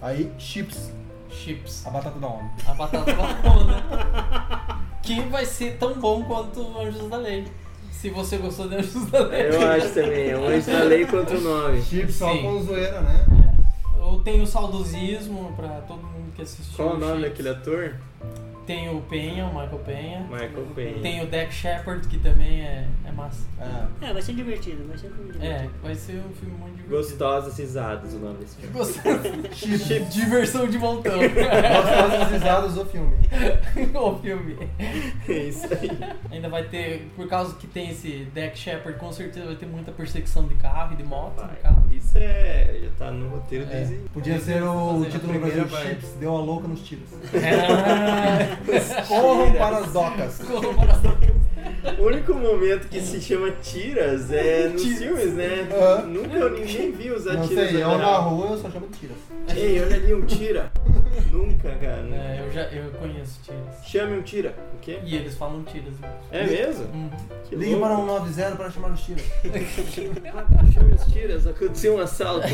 Aí, chips,
Chips.
a batata da onda.
A batata batona. que vai ser tão bom quanto Anjos da Lei. Se você gostou de Anjos da Lei.
Eu acho também, é um anjo da lei contra o nome.
Chips só
Sim.
com zoeira, né?
Eu tenho saudosismo pra todo mundo que assistiu.
Qual o nome
Chips.
daquele ator?
Tem o Penha, o Michael Penha.
Michael Payne.
Tem o Deck Shepard, que também é, é massa.
É.
É, vai ser divertido, vai ser divertido.
É, vai ser um filme muito divertido.
Gostosas risadas o nome desse filme.
Gostoso. Diversão de montão.
Gostosas risadas do filme.
o filme.
É isso aí.
Ainda vai ter, por causa que tem esse Deck Shepard, com certeza vai ter muita perseguição de carro e de moto. no
Vai.
carro.
Isso é. Já tá no roteiro
É.
desde.
Podia ser o
Fazer a
título do Brasil,
primeira parte.
Chips, deu a louca nos tiros.
É.
Corram para as docas.
O único momento que se chama tiras é nos
Tiras.
filmes, né?
Ah.
Nunca ninguém viu usar
Não
tiras.
sei, é
na
eu na
real.
rua eu só chamo de tiras.
Ei, olha ali um tira. Nunca, cara.
É, eu já eu conheço tiras.
Chame um tira. O quê?
E eles falam tiras. mesmo.
É mesmo?
Uhum.
Que
Ligue para
louco.
um 90 para chamar os tiras.
Chame os tiras, aconteceu um assalto.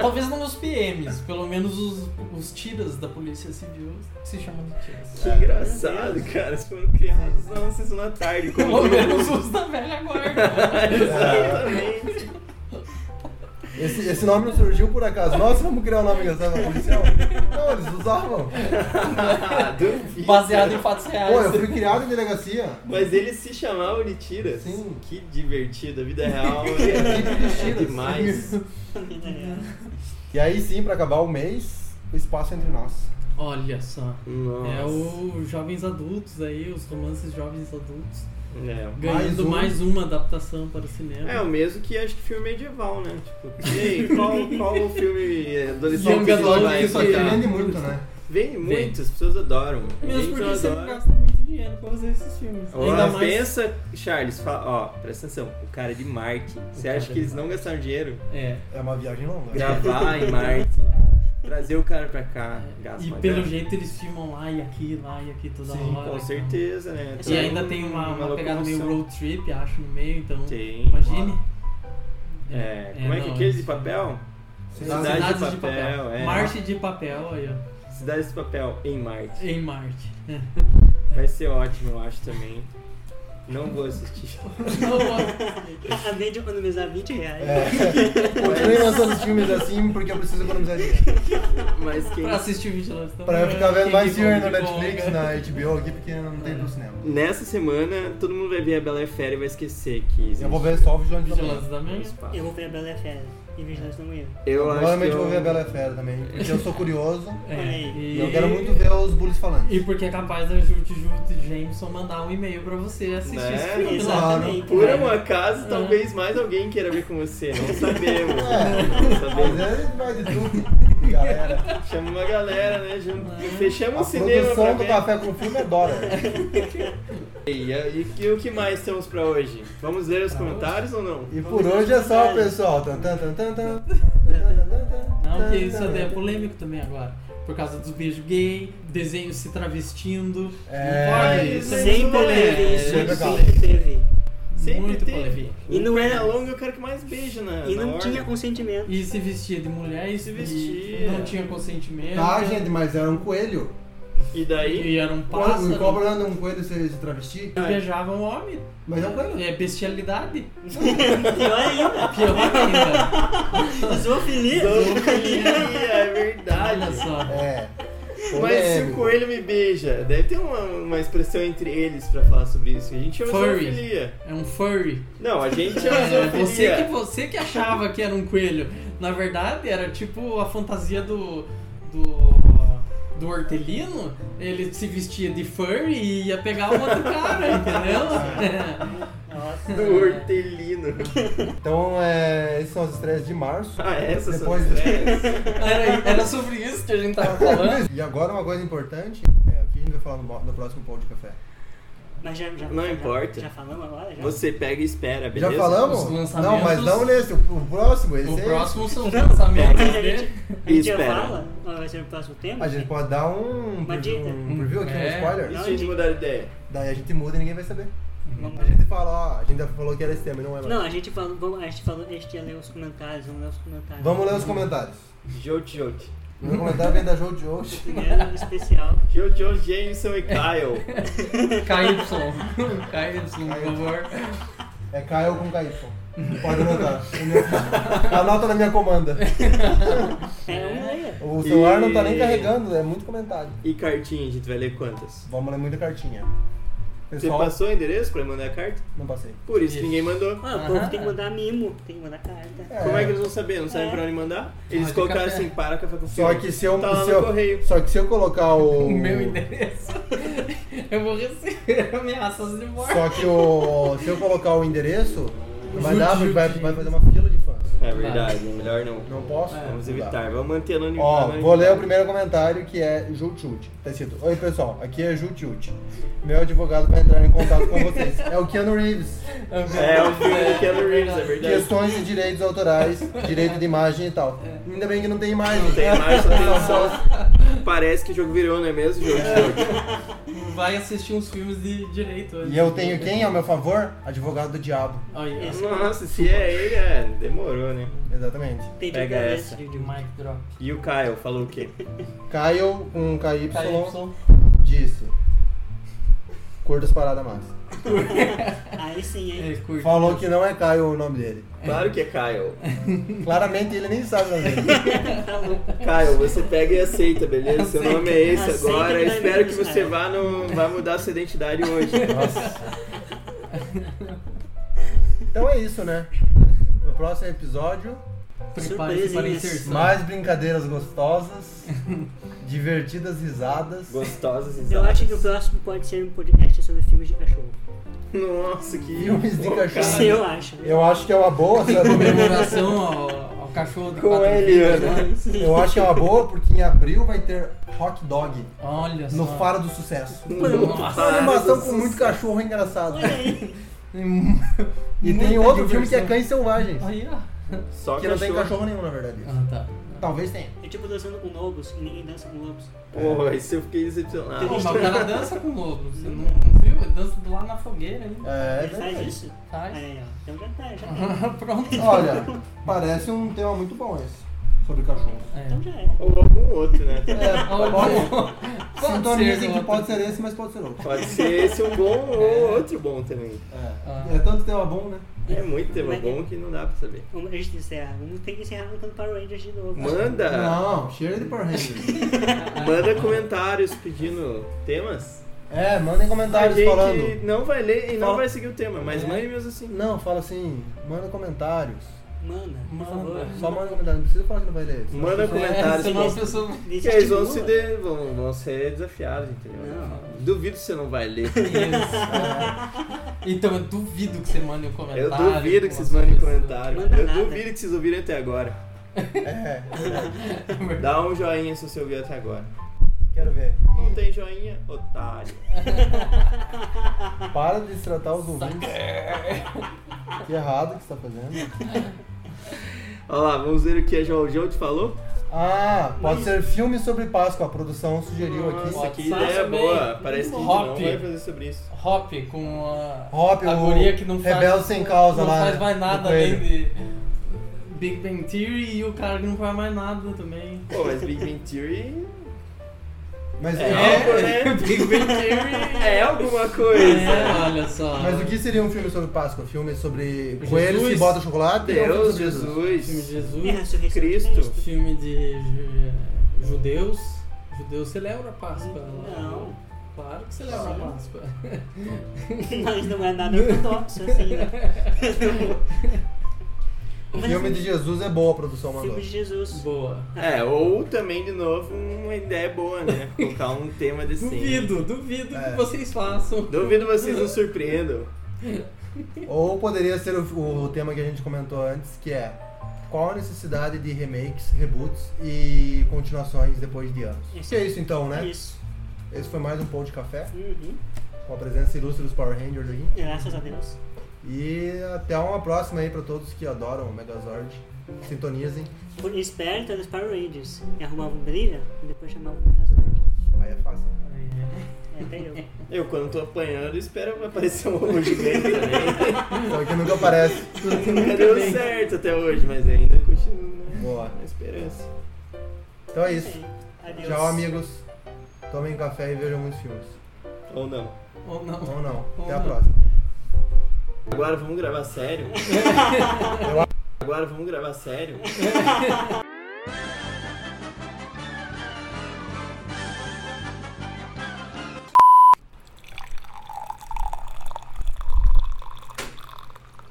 Talvez não os PMs, pelo menos os, os tiras da polícia civil se chamam de tiras.
Que engraçado, cara. Eles foram criados na sessão da tarde. Como
Pelo
todo
menos
mundo.
os da velha guarda.
É.
Exatamente.
Esse, esse nome não surgiu por acaso. Nossa, vamos criar um nome engraçado pra policial. Não, eles usavam.
Ah, duvido.
Baseado em fatos reais.
Pô, eu fui criado em delegacia.
Mas eles se chamavam de tiras.
Sim.
Que divertido. A vida real é, é demais.
E aí sim, pra acabar o mês, o espaço é entre nós.
Olha só.
Nossa.
É o Jovens Adultos aí, os romances Jovens Adultos.
É.
Ganhando
um.
mais, uma adaptação para o cinema.
É o mesmo que acho que filme medieval, né? Tipo, e aí, qual, qual o filme é, adolescente
Young
que
Adult,
vai
isso
Só que
aqui.
encontrar?
vende muito, né?
Vem
Vem. É
muito, as pessoas adoram. mano. Gente,
Mesmo porque
eu
você não
adoro.
gasta muito dinheiro pra fazer esses filmes.
Ó, Pensa, Charles, fala, ó, presta atenção, o cara de Marte. Você
cara
acha que
de
eles não gastaram dinheiro?
É.
É uma viagem longa.
Gravar em Marte, trazer o cara pra cá, gasta
E
uma
pelo
grana.
jeito eles filmam lá e aqui, lá e aqui toda
Sim,
hora.
Com
então.
certeza, né?
E ainda tem uma, uma pegada meio
locomoção.
road trip, acho, no meio, então.
Tem.
Imagine.
É, como é que é
não,
aquele de
isso-
papel?
Cidade
Cidade
Cidades
de Papel, é.
Marte de papel, aí, ó.
Cidades de papel em Marte.
Em Marte.
Vai ser ótimo, eu acho também. Não vou assistir.
Acabei de economizar 20 reais.
É. Continuem lançando os filmes assim porque eu preciso economizar dinheiro.
Mas quem.
pra assistir Vigilante também.
Pra eu ficar vendo mais
filme
filme na Netflix, né? na HBO aqui, porque não tem pro cinema.
Nessa semana, todo mundo vai ver a Bela e a Fera e vai esquecer que. existe um
Eu vou ver só o Vigilante da Manhã.
Vigilante da Manhã.
espaço.
Eu vou ver a Bela e a Fera e Vigilante da Manhã.
Eu acho que.
Provavelmente
eu-
vou ver a Bela e a Fera também, porque eu sou curioso.
É.
E eu quero muito ver os bullies falando.
E porque é capaz da Jute Jute Jameson mandar um e-mail pra você assistir
Né?
esse filme.
Exato.
Exatamente.
Por
né?
um acaso,
É.
talvez mais alguém queira ver com você. Não sabemos.
É.
Não
Mas
sabemos.
é, vai de tudo. Galera.
Chama uma galera, né? Jun- Fechamos
A
o cinema pra
produção do
ver.
Café com Filme é Dora.
E, e- e o que mais temos pra hoje? Vamos ler os comentários ou não?
E por hoje é só, pessoal. Tan, tan, tan, tan, tan.
Não, porque isso até é polêmico também agora. Por causa dos beijos gay, desenhos se travestindo.
É,
Não pode,
isso
isso é muito
Sempre
polêmico.
teve isso,
sempre
sempre teve.
É Sempre
Muito
teve.
polêmico.
E
E
não
não
era
era-
longa, Um eu quero que mais beija na
E
na
não
orga.
tinha consentimento.
E se vestia de mulher e se
vestia.
vestia. Não tinha consentimento.
Tá, gente, mas era um coelho.
E daí?
E era um
Qual
pássaro.
e qual o problema de um coelho ser de travesti?
E beijava um homem.
Mas é um coelho.
É bestialidade.
Pior ainda,
Pior ainda.
zoofilia.
Zoofilia, é verdade.
Olha só.
É.
Mas se o
Polêmico.
coelho me beija, deve ter uma, uma expressão entre eles pra falar sobre isso. A gente chama
Furry.
zoofilia.
É um furry.
Não, a gente chama
É,
zoofilia.
você, que, você que achava que era um coelho. Na verdade, era tipo a fantasia do. do. do hortelino. Ele se vestia de furry e ia pegar o outro cara, entendeu?
Nossa.
Do hortelino.
Então, é, esses são os estreias de março.
Ah, essas
Depois
são as
do-
ideias.
Era, era sobre isso que a gente tava falando.
E agora uma coisa importante, é, o que a gente vai falar no, mo- no próximo pau de café?
Mas já, já,
Não
já-
importa.
Já falamos agora? Já?
Você pega e espera, beleza?
Já falamos?
Os lançamentos.
Não, mas não nesse, o, o próximo, esse
O
é-
próximo são os lançamentos
Mas a
dele.
gente, a gente já
Espera.
fala, ó, vai ser no próximo tema.
A gente pode dar um,
Uma
preview-
dica.
um preview aqui,
É.
um spoiler.
E se a gente mudar de ideia?
Daí a gente muda e ninguém vai saber.
Vamos
A gente fala, ó, a gente já falou que era esse tema e não é mais.
Não, a gente falou, vamos, a gente falou, a gente ia ler os comentários, vamos ler os comentários.
Vamos ler os comentários.
Jout, jout.
O meu comentário vem da Joe de hoje.
Primeiro especial.
Jout, jout, Jameson e Kyle.
KY. KY, por favor.
É Caio com KY. Pode anotar. O meu- Anota na minha comanda.
É uma ideia.
O celular não tá nem
E-
carregando, é muito comentário.
E cartinha, a gente vai ler quantas?
Vamos ler muita cartinha.
Você
Pessoal,
passou o endereço pra mandar a carta?
não passei.
Por isso que ninguém mandou.
Ah, o povo tem que mandar mimo, tem que mandar carta.
Como é que eles vão saber? Não sabem
É.
pra onde mandar? Eles
Ah, de
colocaram
café.
assim, para café com
Só
filme.
que se eu,
Tá lá
se
no
eu-
correio.
só que se eu colocar o,
O meu endereço. Eu vou receber ameaças de morte.
só que o se eu colocar o endereço vai
Judi-
dar vai,
Judi.
vai fazer uma fila de fãs.
É verdade, melhor não.
Não posso.
Vamos
Não dá.
É, evitar, vamos manter anonimidade.
É,
né?
Ó, vou ler o primeiro comentário que é Jutute. Tá escrito: Oi pessoal, aqui é Jutute. Meu advogado vai entrar em contato com vocês. É o Keanu Reeves.
É, o filme do Keanu Reeves, é verdade.
Questões de direitos autorais, direito de imagem e tal. Ainda bem que não tem imagem.
Não tem mais, só tem só. Parece que o jogo virou, não é mesmo, jogo? é-
Vai assistir uns filmes de direito. né? hoje.
E eu tenho quem ao meu favor? Advogado do diabo.
Olha, esse
Nossa, se é ele, é. Demorou, né?
Exatamente.
Tem de
Pega
cabeça.
essa.
de Mike Drop.
E o Kyle falou o quê?
Caio com KY,
KY.
disse: Curta as paradas massa.
Aí sim, hein?
É, curte.
Falou que não é Caio o nome dele.
Claro que é Kyle.
Claramente ele nem sabe o nome dele.
Tá
Kyle, você pega e aceita, beleza? Seu nome é esse
Aceita
agora.
que dá
Espero que
menos,
você
cara.
vá, no, vá mudar sua identidade hoje.
Então é isso, né? No próximo episódio,
Prepare-se para
Surpresinhas.
inserção.
mais brincadeiras gostosas, divertidas risadas.
Gostosas e
Eu acho que o próximo pode ser um podcast sobre filmes de cachorro.
Nossa, que.
Filmes de
Isso
cachorro.
eu acho.
Eu acho que é uma boa, sabe?
Comemoração ao, ao cachorro de
Com
quatro
ele,
vidas,
Ana.
né?
Eu acho que é uma boa porque em abril vai ter hot dog
Olha só.
no Faro do Sucesso.
Nossa.
Uma animação com muito cachorro é engraçado.
Olha aí.
E tem outro filme que é Cães Selvagens,
Aí, ó.
Só
que não tem cachorro nenhum, na verdade.
Ah, tá.
Talvez tenha.
É tipo dançando com lobos e ninguém dança com lobos.
Porra, isso eu fiquei decepcionado.
Pô, mas o cara dança com o lobo. Você não não viu? Ele dança do lado na fogueira ali.
É,
Ele faz
verdade.
isso?
Faz.
Aí, ó. Então já tá, já é.
Pronto.
Olha, parece um tema muito bom esse, sobre cachorro.
É.
Então já é.
Ou algum outro, né?
É, olha,
Pode ser,
sintonizem que
outro.
pode ser esse, mas pode ser outro.
Pode ser esse um bom
É.
ou outro bom também.
Ah.
É, é tanto tema bom, né?
É muito tema bom que não dá pra saber.
Vamos a gente encerra. Vamos ter que encerrar cantando Power Rangers de novo.
Manda!
Não, cheiro de Power Rangers.
Manda comentários pedindo temas.
É, mandem
A
comentários
gente
falando.
não vai ler e não
Fala. É.
vai seguir o tema, mas mande mesmo assim.
Não, fala assim, manda comentários.
Manda, por favor.
Só manda comentários, não precisa falar que não vai ler.
Manda
É,
comentários.
senão as
que
pessoas...
Desiste
eles vão,
de
se
boa.
de- vão, vão ser desafiados, entendeu?
Não.
Duvido que você não vai ler.
Isso. Então eu duvido que você mande um
Eu
comentário.
duvido que
com
vocês mandem
uma sugestão.
comentário.
Manda
Eu
nada.
duvido que vocês ouviram até agora.
assim,
É, verdade. Dá um joinha se você ouviu até agora.
Quero ver.
Não tem joinha, otário.
Para de tratar os ouvintes. Que errado que você tá fazendo.
Olha lá, vamos ver o que a Jojo te falou.
Ah, pode ser filme sobre Páscoa. A produção sugeriu
Nossa,
aqui.
que
Pode
ideia
ser
boa.
também.
Parece que a gente
Hop.
não vai fazer sobre isso.
Hop com a,
Hop,
a
o
guria que não faz,
Rebelde Sem Causa
não
lá, né,
faz mais
do
nada além
coelho.
de Big Bang Theory e o cara que não faz mais nada também.
Pô, mas Big Bang Theory
Mas,
é,
é,
algo, né?
Big Bang Theory
É alguma coisa.
É, olha só.
mas o que seria um filme sobre Páscoa? Filme sobre coelhos que
Jesus.
botam chocolate? Ou
Deus,
sobre
Filme
Jesus.
de Jesus.
E a ressurreição
Cristo.
de Cristo.
Filme de ju- judeus. Judeus celebra a Páscoa. né?
Não.
Claro que celebra a Páscoa.
Mas não é nada ortodoxo, assim, né? Mas,
Filme de Jesus é boa a produção, mandou.
Filme de Jesus.
Boa.
É, ou também, de novo, uma ideia boa, né? Colocar um tema desse.
Duvido, duvido
É.
que vocês façam.
Duvido vocês não surpreendam.
Ou poderia ser o, o tema que a gente comentou antes, que é qual a necessidade de remakes, reboots e continuações depois de anos.
Isso.
Que é isso então, né?
Isso.
Esse foi mais um pão de café,
Uhum.
com a presença ilustre dos Power Rangers aqui.
Graças a Deus.
E até uma próxima aí pra todos que adoram o Megazord. Sintonizem.
Por esperta dos Power Rangers. E arrumava um brilha e depois chamava o Megazord.
Aí é fácil.
É até eu.
Eu, quando tô apanhando, espero aparecer um ovo gigante também.
Só que nunca aparece.
Nunca deu certo até hoje, mas ainda continuo né,
Boa.
na esperança.
Então é isso.
Adeus.
Tchau, amigos. Tomem café e vejam muitos filmes.
Ou não.
Ou não.
Ou não. Até a
não.
próxima.
Agora vamos gravar sério? Agora vamos gravar sério?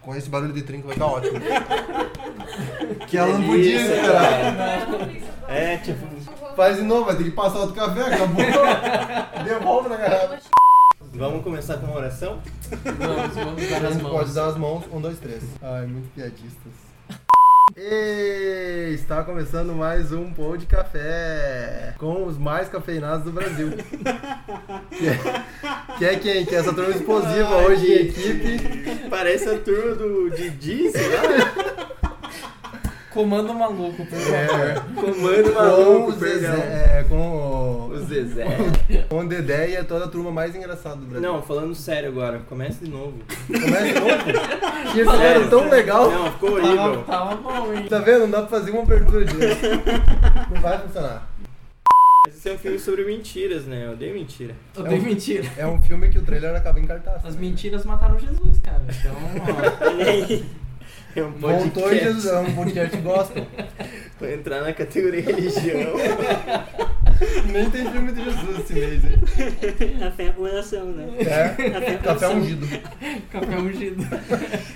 Com esse barulho de trinco vai estar ótimo. que ela não podia
Delícia,
esperar.
cara. É, tipo,
Faz de novo, vai ter que passar outro café, acabou. Devolve na garrafa.
vamos começar com uma oração?
Vamos, vamos dar
A
as
gente pode
mãos.
dar as mãos. Um, dois, três. Ai, muito piadistas. E está começando mais um pão de café com os mais cafeinados do Brasil. que, é, que é quem? Que é essa turma explosiva
Ai,
hoje em
gente.
equipe.
Parece a turma do né? Didi, sei lá.
Comando maluco, por favor.
É,
Comando
com, o
maluco, perdão.
Zezé, é, com,
O
o,
Zezé.
com o Dedé e é toda a turma mais engraçada do Brasil.
Não, falando sério agora, começa de novo.
Começa de novo. Tinha ficado tão legal.
Não, ficou
Tava,
horrível.
tava bom, hein?
Tá vendo? Não dá pra fazer uma abertura de novo. Não vai funcionar.
Esse é um filme sobre mentiras, né? Eu odeio mentira.
Eu dei mentira.
É um filme que o trailer acaba em cartaz. né?
As mentiras mataram Jesus, cara. Então, ó.
Olha aí.
É um
Voltou em
podcast.
Jesus, é um podcast gospel.
Vou entrar na categoria religião.
Nem tem filme de Jesus esse mês, hein?
A fé é oração, né?
É,
A fé é
café
oração.
ungido.
Café ungido.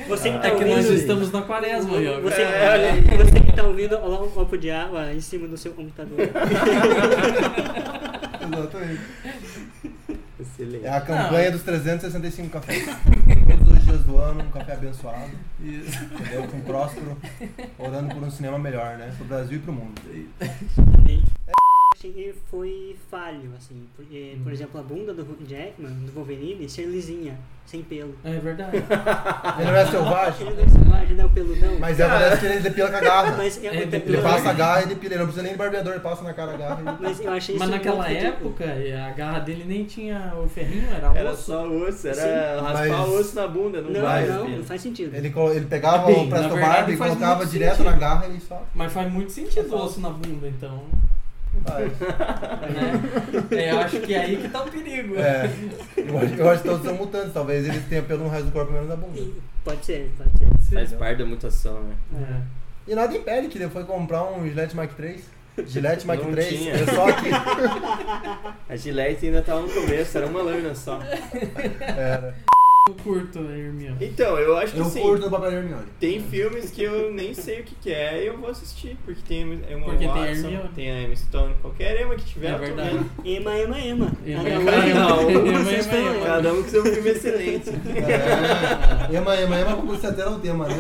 Você que tá
É que
ouvindo.
nós estamos na quaresma, Yoga.
Você,
É, olha aí.
você que tá ouvindo, olha lá um copo de água em cima do seu computador.
Exatamente.
Excelente.
É a campanha dos 365 cafés. Todos os dias do ano, um café abençoado,
Isso.
entendeu? Com um próspero, orando por um cinema melhor, né? Pro Brasil e pro mundo.
Também. Achei que foi falho, assim. Porque,
Hum.
por exemplo, a bunda do Jackman, do Wolverine, ser lisinha, sem pelo.
É verdade.
Ele não é
Ele
selvagem,
não é selvagem, não é peludão.
mas é parece que ele depila com a garra.
Mas eu,
É, ele
Ele passa a garra e depila, ele não precisa nem de barbeador, ele passa na cara a garra e
Mas eu achei
Mas
isso é tipo
naquela
muito ridículo.
época, a garra dele nem tinha o ferrinho, era osso.
Era só osso, era
Sim.
raspar
Mas-
o osso na bunda, não,
Não,
vai.
não,
filho.
não faz sentido.
Ele, colo- ele pegava o
Bem, na
Presto
verdade,
Barba e
faz
colocava
muito
direto
sentido.
na garra e só.
Mas faz muito sentido o osso na bunda, então.
Vai.
né? É, eu acho que é aí que tá o perigo.
É. Eu acho, eu acho que todos são mutantes, talvez eles tenham pelo no resto do corpo menos na bunda.
Pode ser, pode ser.
Faz parte da mutação, né?
É.
E nada impede que ele foi comprar um Gillette Mark 3. Gillette Mark
Não
3,
tinha.
é só que
A Gillette ainda tava no começo, era uma lâmina só.
era.
Eu curto, né, Hermione.
Então, eu acho que
Eu
assim,
curto o papel de Hermione.
tem filmes que eu nem sei o que, que é e eu vou assistir, porque tem a Emma
Porque tem a
Watson,
Hermione.
tem a Emma Stone, qualquer Emma que tiver,
É
eu tô
verdade.
vendo.
Ema, ema, ema.
Ema,
Cada
ema,
um-
ema.
um
Ema,
vocês
ema,
estão,
ema.
Cada um com seu filme excelente.
É. Ema, ema, ema, como se até era o tema, né?